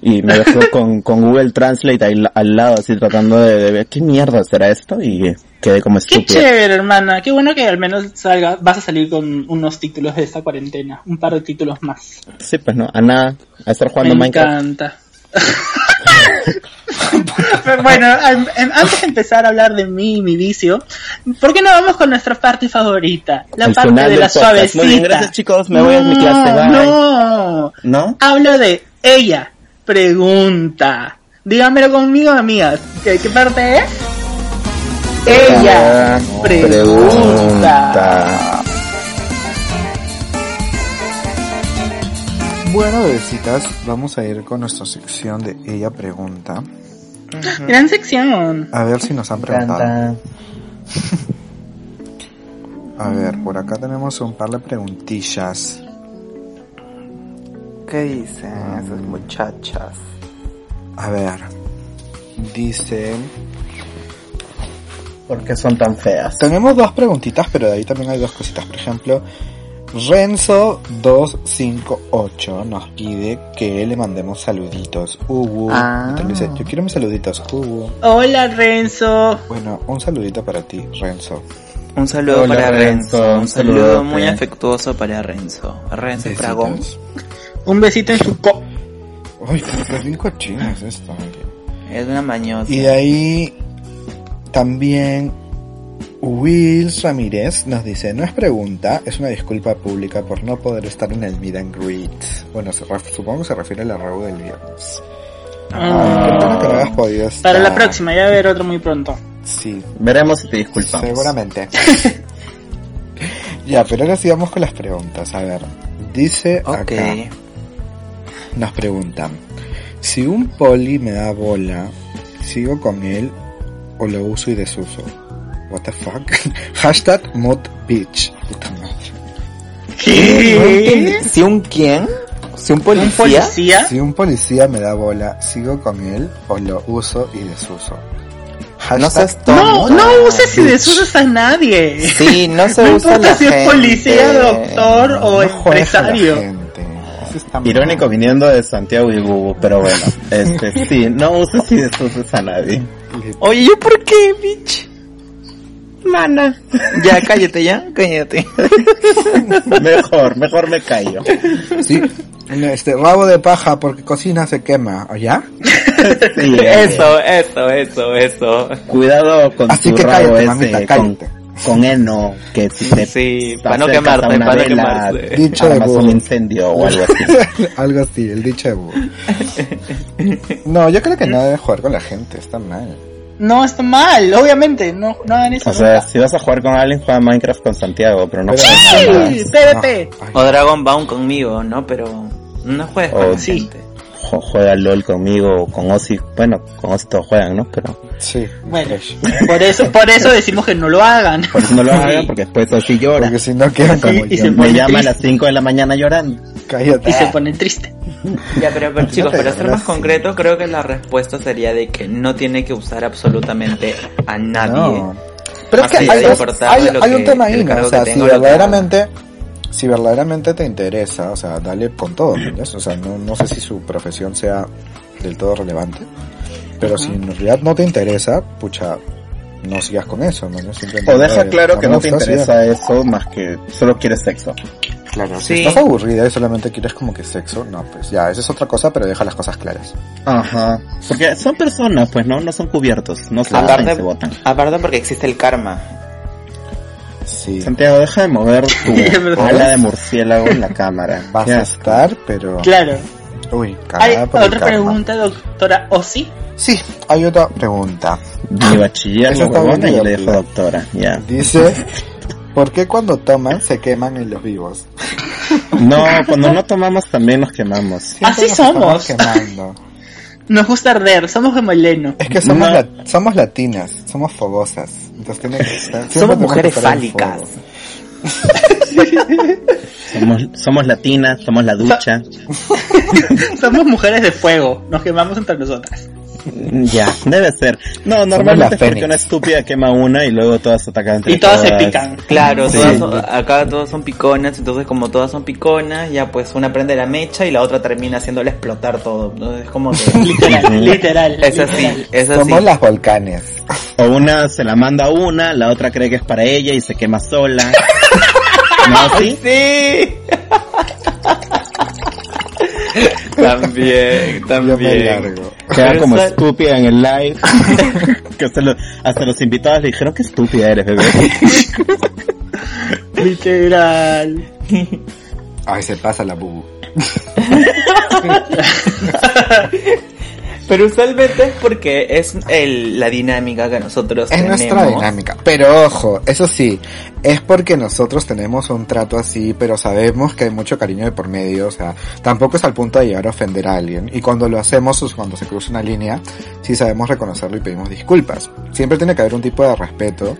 E: Y me dejo
F: <laughs>
E: con, con Google Translate ahí la- al lado, así tratando de, de ver qué mierda será esto y quedé como
F: Qué
E: estúpido.
F: chévere, hermana. Qué bueno que al menos salga, vas a salir con unos títulos de esta cuarentena, un par de títulos más.
E: Sí, pues no, a nada, a estar jugando
F: Me
E: Minecraft.
F: encanta. <laughs> Pero bueno, an- an- antes de empezar a hablar de mí y mi vicio, ¿por qué no vamos con nuestra parte favorita? La
E: Al
F: parte
E: final
F: de
E: del
F: la
E: podcast.
F: suavecita.
E: Muy bien, gracias chicos, me voy a mi clase, bye.
F: No,
E: ¿No?
F: Hablo de ella. Pregunta. Dígamelo conmigo, amigas. ¿Qué, qué parte es? Ella. Pregunta.
G: Bueno, bebecitas, vamos a ir con nuestra sección de Ella Pregunta.
F: Gran sección.
G: A ver si nos han preguntado. A ver, por acá tenemos un par de preguntillas.
J: ¿Qué dicen esas muchachas?
G: A ver, dicen...
E: Porque son tan feas.
G: Tenemos dos preguntitas, pero de ahí también hay dos cositas. Por ejemplo, Renzo258 nos pide que le mandemos saluditos. Hugo.
J: Ah.
G: Entonces dice, yo quiero mis saluditos. Hugo.
F: Hola, Renzo.
G: Bueno, un saludito para ti, Renzo.
J: Un saludo
E: Hola,
J: para Renzo,
E: Renzo, un
J: un saludo
E: saludote.
J: muy afectuoso para Renzo. Renzo Fragón.
G: Besitos.
F: Un besito en su co.
G: Uy, pero es bien cochino es esto.
J: Es una mañosa.
G: Y de ahí también Will Ramírez nos dice, no es pregunta, es una disculpa pública por no poder estar en el meet and greet. Bueno, se ref- supongo que se refiere al arrobo del viernes.
E: Ah,
G: Ay, qué pena que no hayas podido
F: Para la
G: estar.
F: próxima, ya va a haber otro muy pronto.
G: Sí,
E: Veremos si te disculpamos. <laughs>
G: Seguramente. ya, pero ahora sí vamos con las preguntas. A ver, dice
J: Ok.
G: acá, nos preguntan, si un poli me da bola, ¿sigo con él o lo uso y desuso? What the fuck? <laughs> Hashtag mod bitch. Puta madre.
E: No entendí. ¿Si un quién? ¿Si un policía?
F: ¿Un policía?
G: Si un policía me da bola, ¿sigo con él o lo uso y desuso? Hashtag
E: No seas
F: No,
E: tonto.
F: no uses y desusas a nadie. <laughs>
E: Sí, no se
F: No
E: usa la
F: importa si es
E: gente.
F: policía, doctor o
G: no juegues a la
F: empresario.
G: gente. Eso está mal.
E: Irónico viniendo de Santiago y Bubu, pero bueno, este sí, no uses y desuses a nadie.
J: Oye, ¿yo por qué, bitch? Mana. Ya, cállate, ya, cállate.
E: Mejor, mejor me callo.
G: Sí. Este, rabo de paja porque cocina se quema, ¿o ya?
E: Sí, eh,
J: Eso, eso, eso, eso.
E: Cuidado con
G: Así
E: tu
G: que
E: rabo
G: cállate,
E: ese,
G: mamita,
E: con,
G: cállate. <laughs>
E: con heno, que si te
J: Sí,
E: te
J: para no
E: acercas a
J: quemarte,
E: una
J: para no
E: vela,
J: quemarse.
G: Dicho de
E: armas
G: Bubu.
E: un incendio o algo así.
G: Algo así, el dicho de Boo. No, yo creo que no debe jugar con la gente, está mal.
F: No, está mal, obviamente. No, no hagan eso.
E: O sea, si vas a jugar con alguien, juega Minecraft con Santiago, pero no
G: Pero-
E: juegues con
F: Sí, PvP.
G: No, ay,
J: O Dragon Bound conmigo, ¿no? Pero no juegues con
E: Oh,
J: la
E: sí.
J: gente.
E: jo- juega LOL conmigo, o con Ozzy, bueno, con Ozzy todos juegan, ¿no? Pero
G: sí,
F: Bueno,
G: fresh.
F: por eso, por eso decimos que no lo hagan.
E: por eso no lo hagan, porque después Ozzy llora.
G: Porque si no quedan como
F: Y- y
G: yo.
F: se-
E: Me
F: pone
E: llama a
F: triste.
E: las 5 de la mañana llorando.
G: Cállate.
F: Y se ponen tristes.
J: Ya, pero,
G: <laughs>
J: pero, chicos,
G: te
J: para ser
G: llamarás
J: más
G: así.
J: concreto, creo que la respuesta sería de que no tiene que usar absolutamente a nadie.
G: No. Pero es que
J: Así,
G: hay,
J: sin
G: dos-
J: importar
G: hay,
J: lo
G: hay un
J: que-
G: tema
J: el
G: ahí, ¿no?
J: cargo
G: O sea,
J: que
G: si
J: tenga, lo que
G: verdaderamente, si verdaderamente te interesa, o sea, dale con todo, ¿no? O sea, no, no sé si su profesión sea del todo relevante, pero si en realidad no te interesa, pucha, no sigas con eso, ¿no? No Simplemente,
E: O deja
G: eh,
E: claro que no
G: vamos
E: te
G: a hacer-
E: interesa eso más que solo quieres sexo.
G: Claro, si
J: Sí.
G: estás aburrida y solamente quieres como que sexo, no, pues ya, esa es otra cosa, pero deja las cosas claras.
E: Ajá. Porque son personas, pues no, no son cubiertos, no se botan y se
J: Aparte,
E: botan.
J: aparte Ah, porque existe el karma.
G: Sí,
E: Santiago, deja de <laughs> mover
F: Es
E: tu
F: verdad.
E: ala de murciélago en la cámara.
G: vas
E: Ya.
G: a estar, pero...
F: Claro.
G: Uy,
F: Hay
G: cagada Ah, por el
F: otra
G: karma.
F: pregunta, doctora Ossi.
G: Sí, hay otra pregunta.
E: Mi bachiller
G: Eso
E: la
G: está
E: huevona
G: bien
E: y le dejo
G: divertido.
E: doctora. Ya.
G: Dice, ¿por qué cuando toman se queman en los vivos?
E: <laughs> No, cuando no tomamos también nos quemamos.
F: Así
G: nos
F: somos.
G: estamos quemando.
F: Nos gusta arder, somos gemoleno.
G: Es que somos,
E: No.
G: la- somos latinas, somos fogosas. Entonces tiene que estar- siempre
J: Somos
G: tenemos que
J: mujeres
G: estar en fuego.
J: fálicas.
E: Somos, somos latinas, somos la <laughs> ducha.
F: Somos mujeres de fuego, nos quemamos entre nosotras.
E: Ya, debe ser. No,
G: la
E: normalmente es porque
G: Fénix.
E: una estúpida quema una y luego todas se atacan entre
F: Y todas se pican.
J: Claro,
E: Sí.
J: todas son- acá todas son piconas, entonces como todas son piconas, ya pues una prende la mecha y la otra termina haciéndole explotar todo. Entonces, es como <laughs> que...
E: Ujú.
F: Literal, literal.
J: Es
F: literal.
J: así, es así.
G: Somos las volcanes.
E: O una se la manda a una, la otra cree que es para ella y se quema sola.
J: <laughs>
E: ¿No? ¿Sí?
J: Sí. también,
G: Yo me
J: también.
G: largo.
E: Queda como
J: Esa-
E: estúpida en el
J: <laughs>
E: live. <laughs> que hasta, lo- hasta los invitados le dijeron que estúpida eres, bebé.
F: Literal.
G: Ay, se pasa la bubu.
J: Pero usualmente es porque es el, la dinámica que nosotros
G: Es
J: tenemos.
G: nuestra dinámica. Pero ojo, eso sí, es porque nosotros tenemos un trato así, pero sabemos que hay mucho cariño de por medio, o sea, tampoco es al punto de llegar a ofender a alguien. Y cuando lo hacemos, o cuando se cruza una línea, sí sabemos reconocerlo y pedimos disculpas. Siempre tiene que haber un tipo de respeto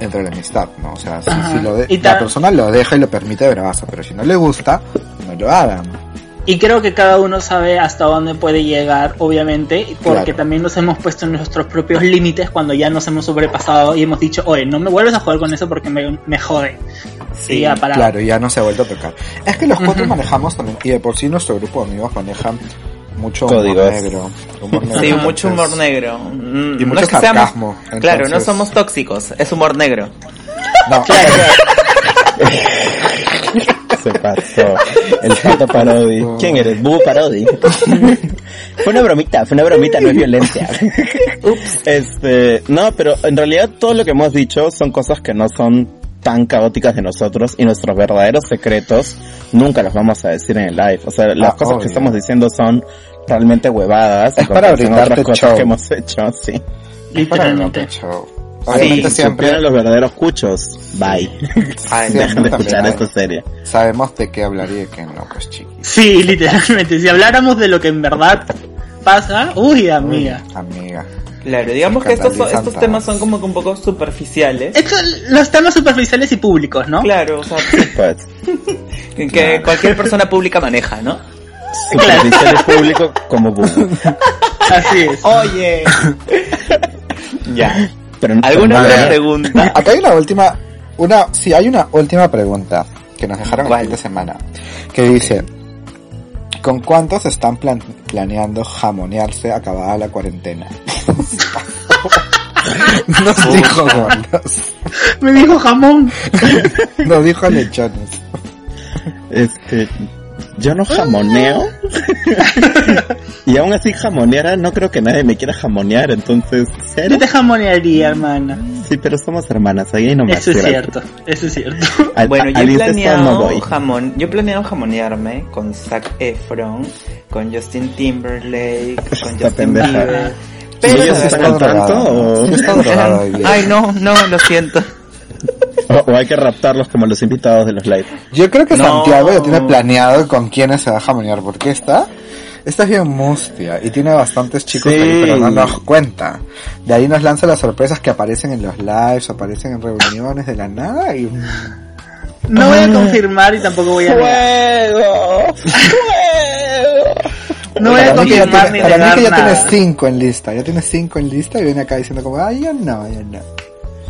G: entre la amistad, ¿no? O sea, si,
F: Ajá.
G: si lo de-
F: Y ta-
G: la persona lo deja y lo permite, bravazo, pero si no le gusta, no lo hagan.
F: Y creo que cada uno sabe hasta dónde puede llegar, obviamente, porque
G: Claro.
F: también nos hemos puesto en nuestros propios límites cuando ya nos hemos sobrepasado y hemos dicho, oye, no me vuelves a jugar con eso porque me, me jode. Sí, ya para.
G: Claro, y ya no se ha vuelto a tocar. Es que los cuatro manejamos también, y de por sí nuestro grupo de amigos manejan mucho humor
E: Códigos.
G: negro. humor negro,
J: Sí, mucho
G: entonces-
J: humor negro. Mm,
G: Y mucho
J: que seamos-
G: sarcasmo,
J: Claro, no
G: entonces-
J: somos tóxicos, es humor negro.
G: No,
E: Se pasó. El pato parodi. ¿Quién eres? Bubu
G: <laughs>
E: parodi. fue una bromita, fue una bromita, no es violencia. Ups. Este, no, pero en realidad todo lo que hemos dicho son cosas que no son tan caóticas de nosotros y nuestros verdaderos secretos nunca los vamos a decir en el live. O sea, las
G: Ah,
E: cosas que
G: obvio.
E: estamos diciendo son realmente huevadas.
G: Es para
E: son
G: brindarte
E: otras cosas
G: show.
E: que hemos hecho, sí.
F: <laughs> Literalmente.
G: Show. Obviamente
E: Si supieran
G: siempre
E: los verdaderos cuchos, bye. Dejen de
G: siempre
E: escuchar
G: también
E: esta serie.
G: sabemos de qué hablar y de qué no, pues chiqui.
F: Sí, literalmente. Si habláramos de lo que en verdad pasa, uy, amiga.
G: Amiga.
J: Claro, digamos que estos, son- estos
G: Escandalizantes.
J: temas son como que un poco superficiales.
F: Estos- los temas superficiales y públicos, ¿Eh? ¿no?
J: Claro, o sea,
E: Pues,
J: que cualquier persona pública maneja, ¿no?
E: superficiales público como Bubu.
J: <laughs>
C: <laughs>
F: Así es.
J: Oye, ya.
E: Pero no-
J: ¿Alguna
E: no,
J: otra
G: <laughs>
E: no.
J: pregunta?
G: Ah, Acá hay una última, una, sí, hay una última pregunta que nos dejaron el fin de semana, que dice, ¿con cuántos están plan- planeando jamonearse acabada la cuarentena? <laughs> Nos dijo gordos,
F: Me dijo jamón.
G: nos dijo lechones.
E: Este, yo
J: <laughs>
E: no jamoneo. y aún así jamoneara, no creo que nadie me quiera jamonear, entonces,
F: Yo
E: cero.
F: te jamonearía, hermana.
E: Sí, pero somos hermanas, ahí hay nomás.
F: Eso es
E: gracias.
F: cierto. Eso es cierto.
E: Al-
J: Bueno, yo
E: al
J: he
E: incesto no
J: planeado
E: voy.
J: jamón, yo he planeado jamonearme con Zac Efron, con Justin Timberlake, con
E: Esta
J: Justin
E: pendeja.
J: Bieber.
E: ¿Y
J: Pero
E: ellos
J: ¿sabes
E: están al
J: cuál?
E: tanto o,
G: drogada. Sí, están drogados hoy día.
J: Ay, no, no, lo siento.
E: o- o hay que raptarlos como los invitados de los live?
G: Yo creo que
J: No.
G: Santiago ya tiene planeado con quiénes se va a jamonear, porque esta, esta es bien mustia y tiene bastantes chicos
E: Sí.
G: ahí, pero no nos cuenta. De ahí nos lanza las sorpresas que aparecen en los lives, aparecen en reuniones de la nada y...
F: No
G: Ah.
F: voy a confirmar y tampoco voy a negar.
E: ¡Fuego!
F: No voy a
G: para mí que ya tiene, para
F: confirmar ni
G: mí
F: negar
G: que ya tiene
F: nada.
G: cinco en lista, ya tiene cinco en lista y viene acá diciendo como, ay, yo no, yo no.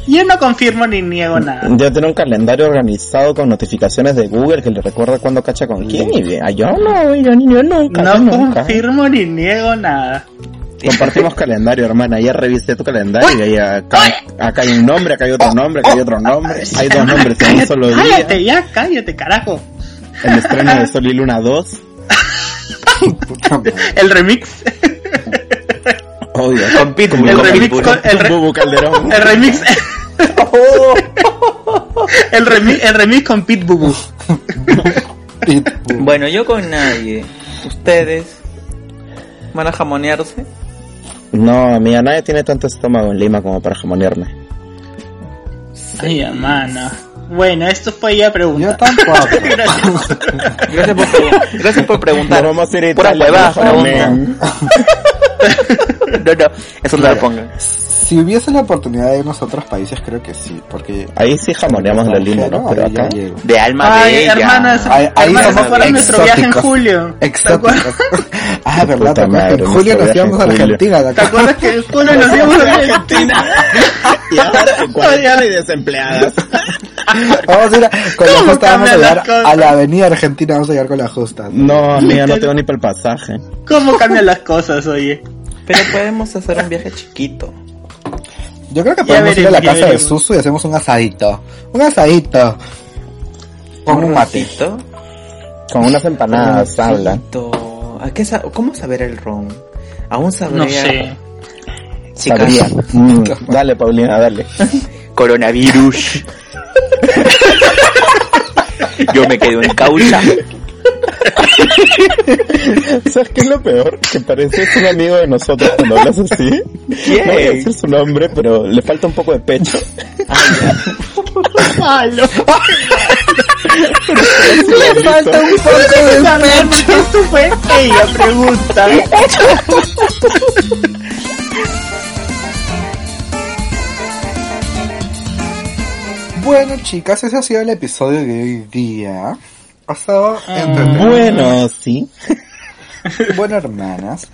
F: Yo no confirmo ni niego nada.
E: Ya tiene un calendario organizado con notificaciones de Google que le recuerda cuándo cacha con quién y bien, ah, yo no, yo, ni- yo nunca, yo
F: No
E: nunca.
F: confirmo ni niego nada.
E: <laughs> Compartimos calendario, hermana. Ya revisé tu calendario. y ahí acá, acá hay un nombre, acá hay otro nombre, acá hay otro nombre. Hay dos nombres en un
F: Cállate,
E: solo día.
F: cállate ya, cállate, carajo.
E: El estreno de Sol y Luna 2.
F: El remix,
E: Obvio.
J: Con Pitbull,
F: el
J: con
F: remix
J: Pitbull.
F: con- el re-
E: Bubu Calderón.
F: el remix. El remix, el remix con Pitbull.
J: Bueno, yo con nadie. Ustedes van a jamonearse.
E: No, amiga, nadie tiene tanto estómago en Lima como para jamonearme.
F: Ay, hermano. Bueno, esto fue
G: <laughs>
F: ya
G: Yo
F: pregunta.
G: tampoco.
F: Gracias.
J: Gracias por,
E: <laughs>
J: pregun- gracias por
E: Nos
J: preguntar.
E: vamos a ir a
J: Pura
E: Italia,
J: huevada,
E: nos jamonean.
J: pregunta. No, no, eso no lo pongan.
G: si hubiese la oportunidad de irnos a otros países, creo que sí, porque...
E: Ahí sí jamoneamos lo lindo, ¿no? Pero
G: Ahí ya
E: acá. <laughs>
G: llego.
J: De alma
F: Ay,
J: bella.
F: hermanas,
G: Ahí- ahí
F: hermanas, ¿se
G: somos
F: acuerdan de nuestro viaje en
G: exóticos.
F: julio? ¿Te acuerdas?
G: Exóticos.
F: <laughs>
G: ah, verdad,
E: Puta
G: ¿te acuerdas
E: madre,
G: que en julio nos
E: nuestro viaje en
G: íbamos a
E: julio.
G: Argentina. de
F: ¿Te
G: acá?
F: <laughs> acuerdas que en julio nos íbamos a Argentina?
E: Y ahora en cuarentena y desempleadas.
G: Vamos a ir a- con la justa
F: ¿Cómo
G: vamos a
F: cambian
G: llegar
F: las cosas?
G: a la avenida argentina, vamos a llegar con la justa.
E: No, amiga, no tengo ni para el pasaje.
F: ¿Cómo cambian las cosas, oye?
J: Pero podemos hacer un viaje chiquito.
G: Yo creo que
F: Ya
G: podemos ir a
F: veremos,
G: la
F: ya
G: casa de
F: veremos.
G: Susu y hacemos un asadito. Un asadito. Con un mate.
J: Roncito.
E: Con unas empanadas, habla.
J: Roncito. ¿A qué sa- ¿Cómo saber el ron? Aún sabría.
F: No sé.
J: Chicas,
E: Sabría. Mm, Dale, Paulina, dale.
J: Coronavirus. Yo me quedo en causa.
E: ¿Sabes qué es lo peor? Que pareces un amigo de nosotros cuando hablas así.
J: ¿Quién?
E: No voy a decir su nombre, pero le falta un poco de pecho. Ah,
F: Malo.
G: Le falta un poco de
F: Esto fue ella pregunta.
G: Bueno, chicas, ese ha sido el episodio de hoy día. Ha estado
F: Ah.
G: entretenido.
E: Bueno, sí.
G: Bueno, hermanas.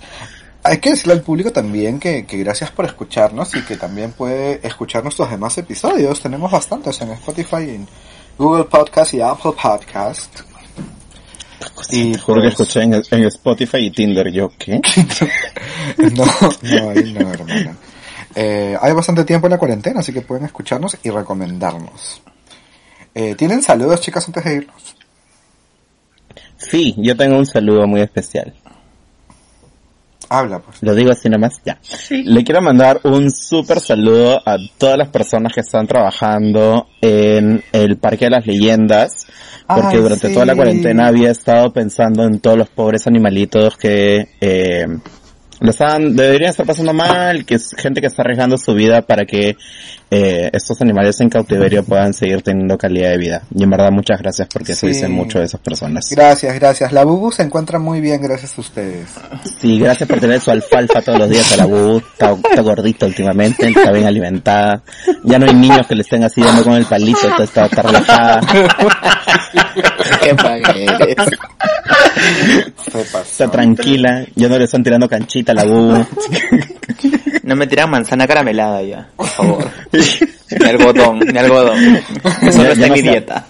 G: Hay que decirle al público también que, que gracias por escucharnos y que también puede escuchar nuestros demás episodios. Tenemos bastantes en Spotify, en Google Podcast y Apple Podcast. Y
E: Juro que
G: pues,
E: escuché en, en Spotify y Tinder. Yo, ¿qué?
G: <laughs> No, no, ahí no, hermana. Eh, hay bastante tiempo en la cuarentena, así que pueden escucharnos y recomendarnos. Eh, ¿Tienen saludos, chicas, antes de irnos?
E: Sí, yo tengo un saludo muy especial.
G: Habla, pues.
E: Lo digo así nomás, ya. Le quiero mandar un súper saludo a todas las personas que están trabajando en el Parque de las Leyendas, porque
G: Ay,
E: durante
G: sí.
E: toda la cuarentena había estado pensando en todos los pobres animalitos que eh, lo estaban, deberían estar pasando mal, que es gente que está arriesgando su vida para que eh, estos animales en cautiverio puedan seguir teniendo calidad de vida. Y en verdad muchas gracias porque se
G: Sí.
E: dice mucho de esas personas.
G: Gracias, gracias. La Bubu se encuentra muy bien gracias a ustedes.
E: Sí, gracias por tener su alfalfa todos los días a la bu. Está, está gordita últimamente, está bien alimentada. Ya no hay niños que le estén así dando con el palito, está, está, está relajada.
C: Qué pagué.
G: Se pasó.
E: Está tranquila. Ya no le están tirando canchita a la bu.
C: No me tiran manzana caramelada ya, por
E: <laughs>
C: favor. Ni algodón, ni algodón. Eso
E: Ya-
C: no
E: ya
C: está en
E: no
C: mi
E: se-
C: dieta.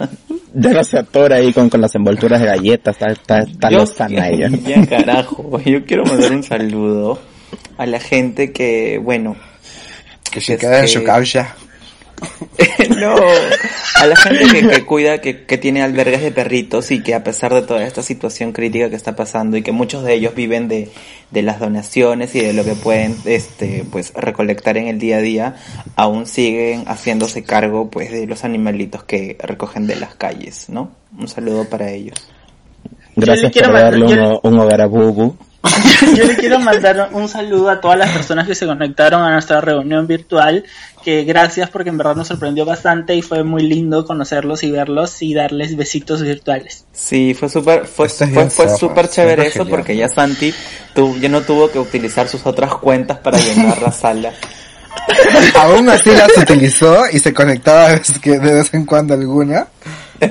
E: Ya no se atora ahí con, con las envolturas de galletas, está, está, está
C: Yo-
E: lozana ella.
C: <laughs> Ya carajo, yo quiero mandar un saludo a la gente que, bueno,
G: Que se queda en
C: <laughs>
G: su
C: Este-
G: causa.
C: no, a la gente que, que cuida, que, que tiene albergues de perritos y que a pesar de toda esta situación crítica que está pasando y que muchos de ellos viven de, de las donaciones y de lo que pueden este, pues, recolectar en el día a día, aún siguen haciéndose cargo pues, de los animalitos que recogen de las calles, ¿no? Un saludo para ellos.
F: Yo le
E: Gracias
F: quiero
E: por
F: mandar-
E: darle
F: yo
E: un,
F: le-
E: ho- un hogar a Bubu.
F: Yo le quiero mandar un saludo a todas las personas que se conectaron a nuestra reunión virtual, que gracias porque en verdad nos sorprendió bastante y fue muy lindo conocerlos y verlos y darles besitos virtuales.
C: Sí, fue súper fue,
G: Esto es
C: fue,
G: bien
C: fue
G: zapa,
C: súper
G: siempre
C: chévere eso
G: genial.
C: porque ya Santi tu, ya no tuvo que utilizar sus otras cuentas para llenar la sala.
G: Aún así las utilizó y se conectaba de vez, que, de vez en cuando alguna.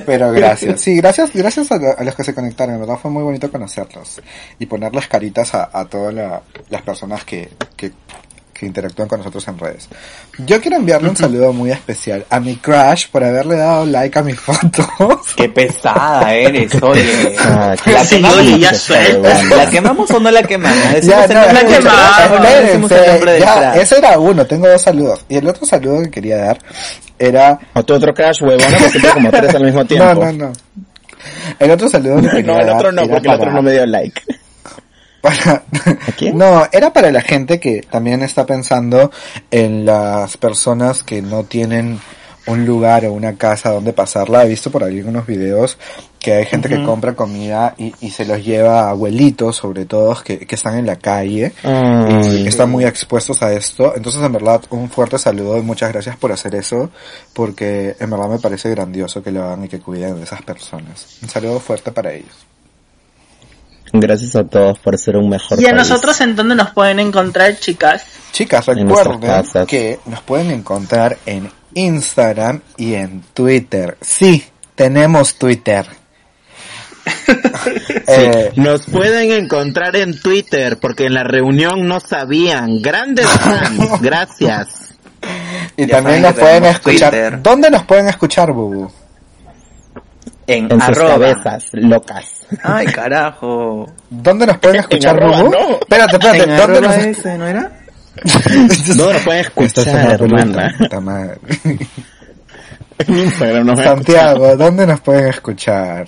G: Pero gracias. Sí, gracias, gracias a, lo- a los que se conectaron. En verdad fue muy bonito conocerlos. Y poner las caritas a, a todas la- las personas que, que, que interactúan con nosotros en redes. Yo quiero enviarle un saludo muy especial a mi crush por haberle dado like a mis fotos.
C: Qué pesada
G: <laughs>
C: eres, oye.
F: <laughs>
E: Ah, qué-
C: La quemamos,
F: oye, ya suelta.
C: la quemamos o no la quemamos. <laughs> Decimos
G: Ya,
C: el
G: no,
C: nombre del
G: escucha,
C: crack, no decimos el nombre
G: espérense,
C: del
G: ya,
C: crack.
G: ese era uno, tengo dos saludos. Y el otro saludo que quería dar era
E: O tu otro crash, huevona, porque tengo como tres <laughs> al mismo tiempo.
G: No, no, no. El otro saludo que quería
E: No, el
G: dar
E: otro no,
G: era
E: porque el
G: para-
E: otro no me dio like.
G: <laughs> para-
E: quién?
G: No, era para la gente que también está pensando en las personas que no tienen un lugar o una casa donde pasarla. He visto por ahí algunos videos que hay gente que compra comida y, y se los lleva a abuelitos, sobre todo, que, que están en la calle y
E: Ay.
G: que están muy expuestos a esto. Entonces, en verdad, un fuerte saludo y muchas gracias por hacer eso, porque en verdad me parece grandioso que lo hagan y que cuiden de esas personas. Un saludo fuerte para ellos.
E: Gracias a todos por ser un mejor
F: ¿Y a
E: país.
F: nosotros en dónde nos pueden encontrar, chicas?
G: Chicas,
E: En nuestras
G: recuerden
E: casas.
G: que nos pueden encontrar en Instagram y en Twitter. Sí, tenemos
C: <laughs>
G: Twitter. Eh,
E: Nos pueden encontrar en Twitter porque en la reunión no sabían. <laughs> Grandes fans, gracias.
G: y
C: Ya saben
G: también nos
C: que
G: pueden
C: tenemos
G: escuchar.
C: Twitter.
G: ¿Dónde nos pueden escuchar, Bubu?
C: En,
E: En sus
C: arroba.
E: cabezas locas.
C: Ay, carajo.
G: ¿Dónde nos
C: <laughs>
G: pueden escuchar,
E: arroba,
G: Bubu?
E: no.
G: Espérate, espérate.
C: En
G: ¿Dónde
C: arroba
G: nos
C: ese, ¿no era?
E: No nos pueden
G: Esto es
E: escuchar,
G: una pregunta,
E: hermana.
G: puta madre.
E: <laughs> En Instagram nos ven.
G: Santiago, ¿dónde nos pueden escuchar?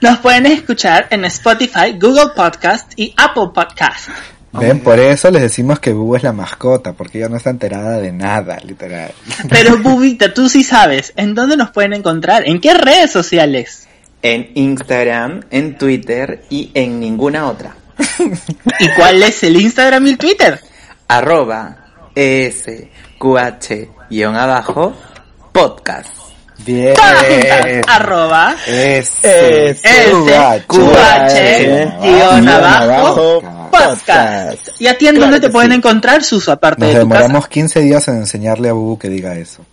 F: Nos pueden escuchar en Spotify, Google Podcast y Apple Podcast.
G: Ven, por eso les decimos que Bubu es la mascota, porque ella no está enterada de nada, literal.
F: Pero Bubita, tú sí sabes, ¿en dónde nos pueden encontrar? ¿En qué redes sociales?
C: En Instagram, en Twitter y en ninguna otra.
F: ¿Y cuál es el Instagram y
G: <laughs>
F: el Twitter?
C: Arroba ESQH guión abajo podcast.
G: Bien.
F: Ah,
G: Eh,
F: Arroba
G: Ese.
F: SQH, guión abajo,
G: Podcast.
F: podcast. ¿Y a ti en dónde te pueden encontrar, Suso, aparte
G: Nos
F: de tu casa?
G: demoramos 15 días en enseñarle a Bubu que diga eso.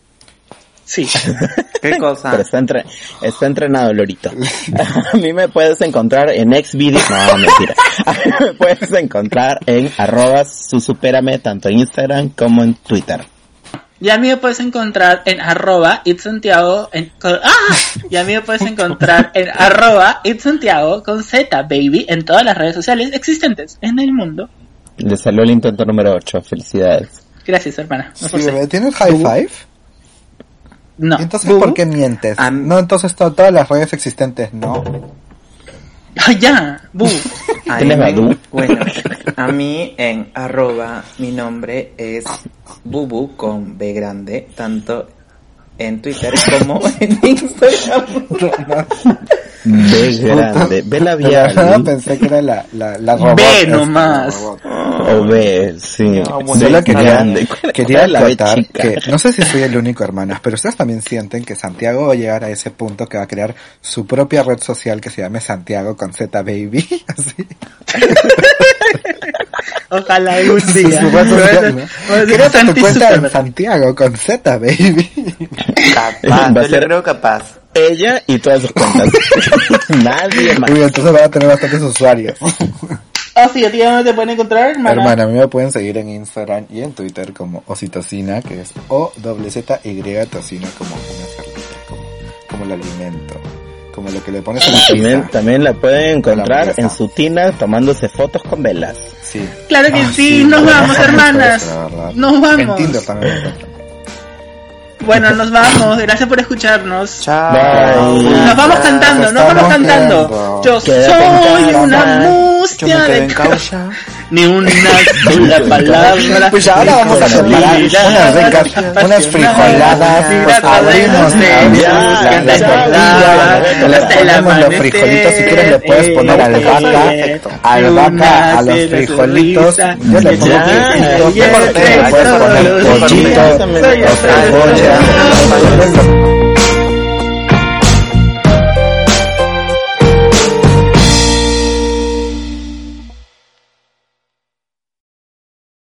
F: Sí.
C: ¿Qué cosa?
E: Pero está, entre- está
G: <laughs>
E: entrenado, Lorito. <laughs> A mí me puedes encontrar en Xvideos. No, mentira. A mí me puedes encontrar en arroba susupérame tanto en Instagram como en Twitter.
F: Y a mí me puedes encontrar en arroba itsantiago en, con- ¡Ah! Y a mí me puedes encontrar en arroba itsantiago con Z, baby, en todas las redes sociales existentes en el mundo.
E: Le salió el intento número 8. Felicidades.
F: Gracias, hermana. Me
G: Sí,
F: forcé.
G: bebé, ¿Tienes high five?
F: No.
G: Entonces, ¿por qué mientes?
C: Am-
G: <laughs> No, entonces to- todas las redes existentes, no.
F: ¡Ah, ya! ¡Bu!
J: A
E: ¿Tienes
J: mí me-
E: Badoo?
J: Bueno, a mí en arroba mi nombre es bubu con B grande, tanto en Twitter como en Instagram.
G: <laughs>
E: Ve grande, ve labial.
G: Pensé que era la, la, la robot.
F: Ve
G: es-
F: nomás.
G: la robot.
E: O ve, sí.
G: Solo
E: Ve
G: quería,
E: grande. <laughs>
G: quería
E: Ve
G: acotar
E: chica.
G: que, no sé si soy el único hermanas, pero ustedes también sienten que Santiago va a llegar a ese punto que va a crear su propia red social que se llame Santiago con Z Baby. <laughs> Así.
F: Ojalá algún
G: Sí,
F: día.
G: su red social, ¿no?
F: Voy a decir,
G: Crea tu
F: Santi
G: cuenta en
F: Superman.
G: Santiago con Z Baby.
E: Va
J: <laughs> Capaz,
E: a
J: yo le
E: ser-
J: creo capaz.
E: Ella y todas sus cuentas. Nadie
G: <laughs>
E: más.
G: Uy, entonces van a tener bastantes usuarios.
F: Ah, sí, a ti dónde te pueden encontrar, hermana.
G: Hermana, a mí me pueden seguir en Instagram y en Twitter como Ocitocina, que es O-Z-Y tocina, como una charlita, como, como el alimento, como lo que le pones a la
E: También,
G: pizza.
E: también la pueden
G: La
E: encontrar
G: hamburguesa.
E: en su tina tomándose fotos con velas.
G: Sí.
F: Claro que
G: Ah,
F: sí, nos
G: la verdad,
F: vamos,
G: me gusta
F: hermanas.
G: eso, la verdad.
F: Nos
G: En
F: vamos.
G: Tinder también. me encuentran.
F: Bueno, nos vamos. Gracias por escucharnos.
E: Bye.
F: Nos vamos cantando, nos vamos
G: estamos
F: cantando.
G: viendo.
F: Yo
E: Quédate en
F: soy
E: casa.
F: una
J: Yo me
F: mustia
J: quedo en
F: de ca-
J: causa.
F: ni una sola palabra.
G: Pues ahora
F: ni
G: vamos a
F: con
G: preparar
F: vida
G: unas ricas-
F: apasionada.
G: unas frijoladas.
F: Mira,
G: Abrimos,
F: abrimos de
G: abrimos
E: la-
F: busca de
E: la-
F: colada, hasta
E: la-
F: el
G: ponemos los
F: amanecer.
G: frijolitos, si quieres le puedes poner
F: Eh,
G: albahaca,
F: eh,
G: albahaca a los
F: lunas de la
G: frijolitos.
F: sonrisa.
G: Yo le pongo
F: Ya,
G: frijolitos,
F: ya,
G: le puedes
F: ya,
G: poner
F: ya,
G: pollito,
F: ya, ya,
G: o cebolla,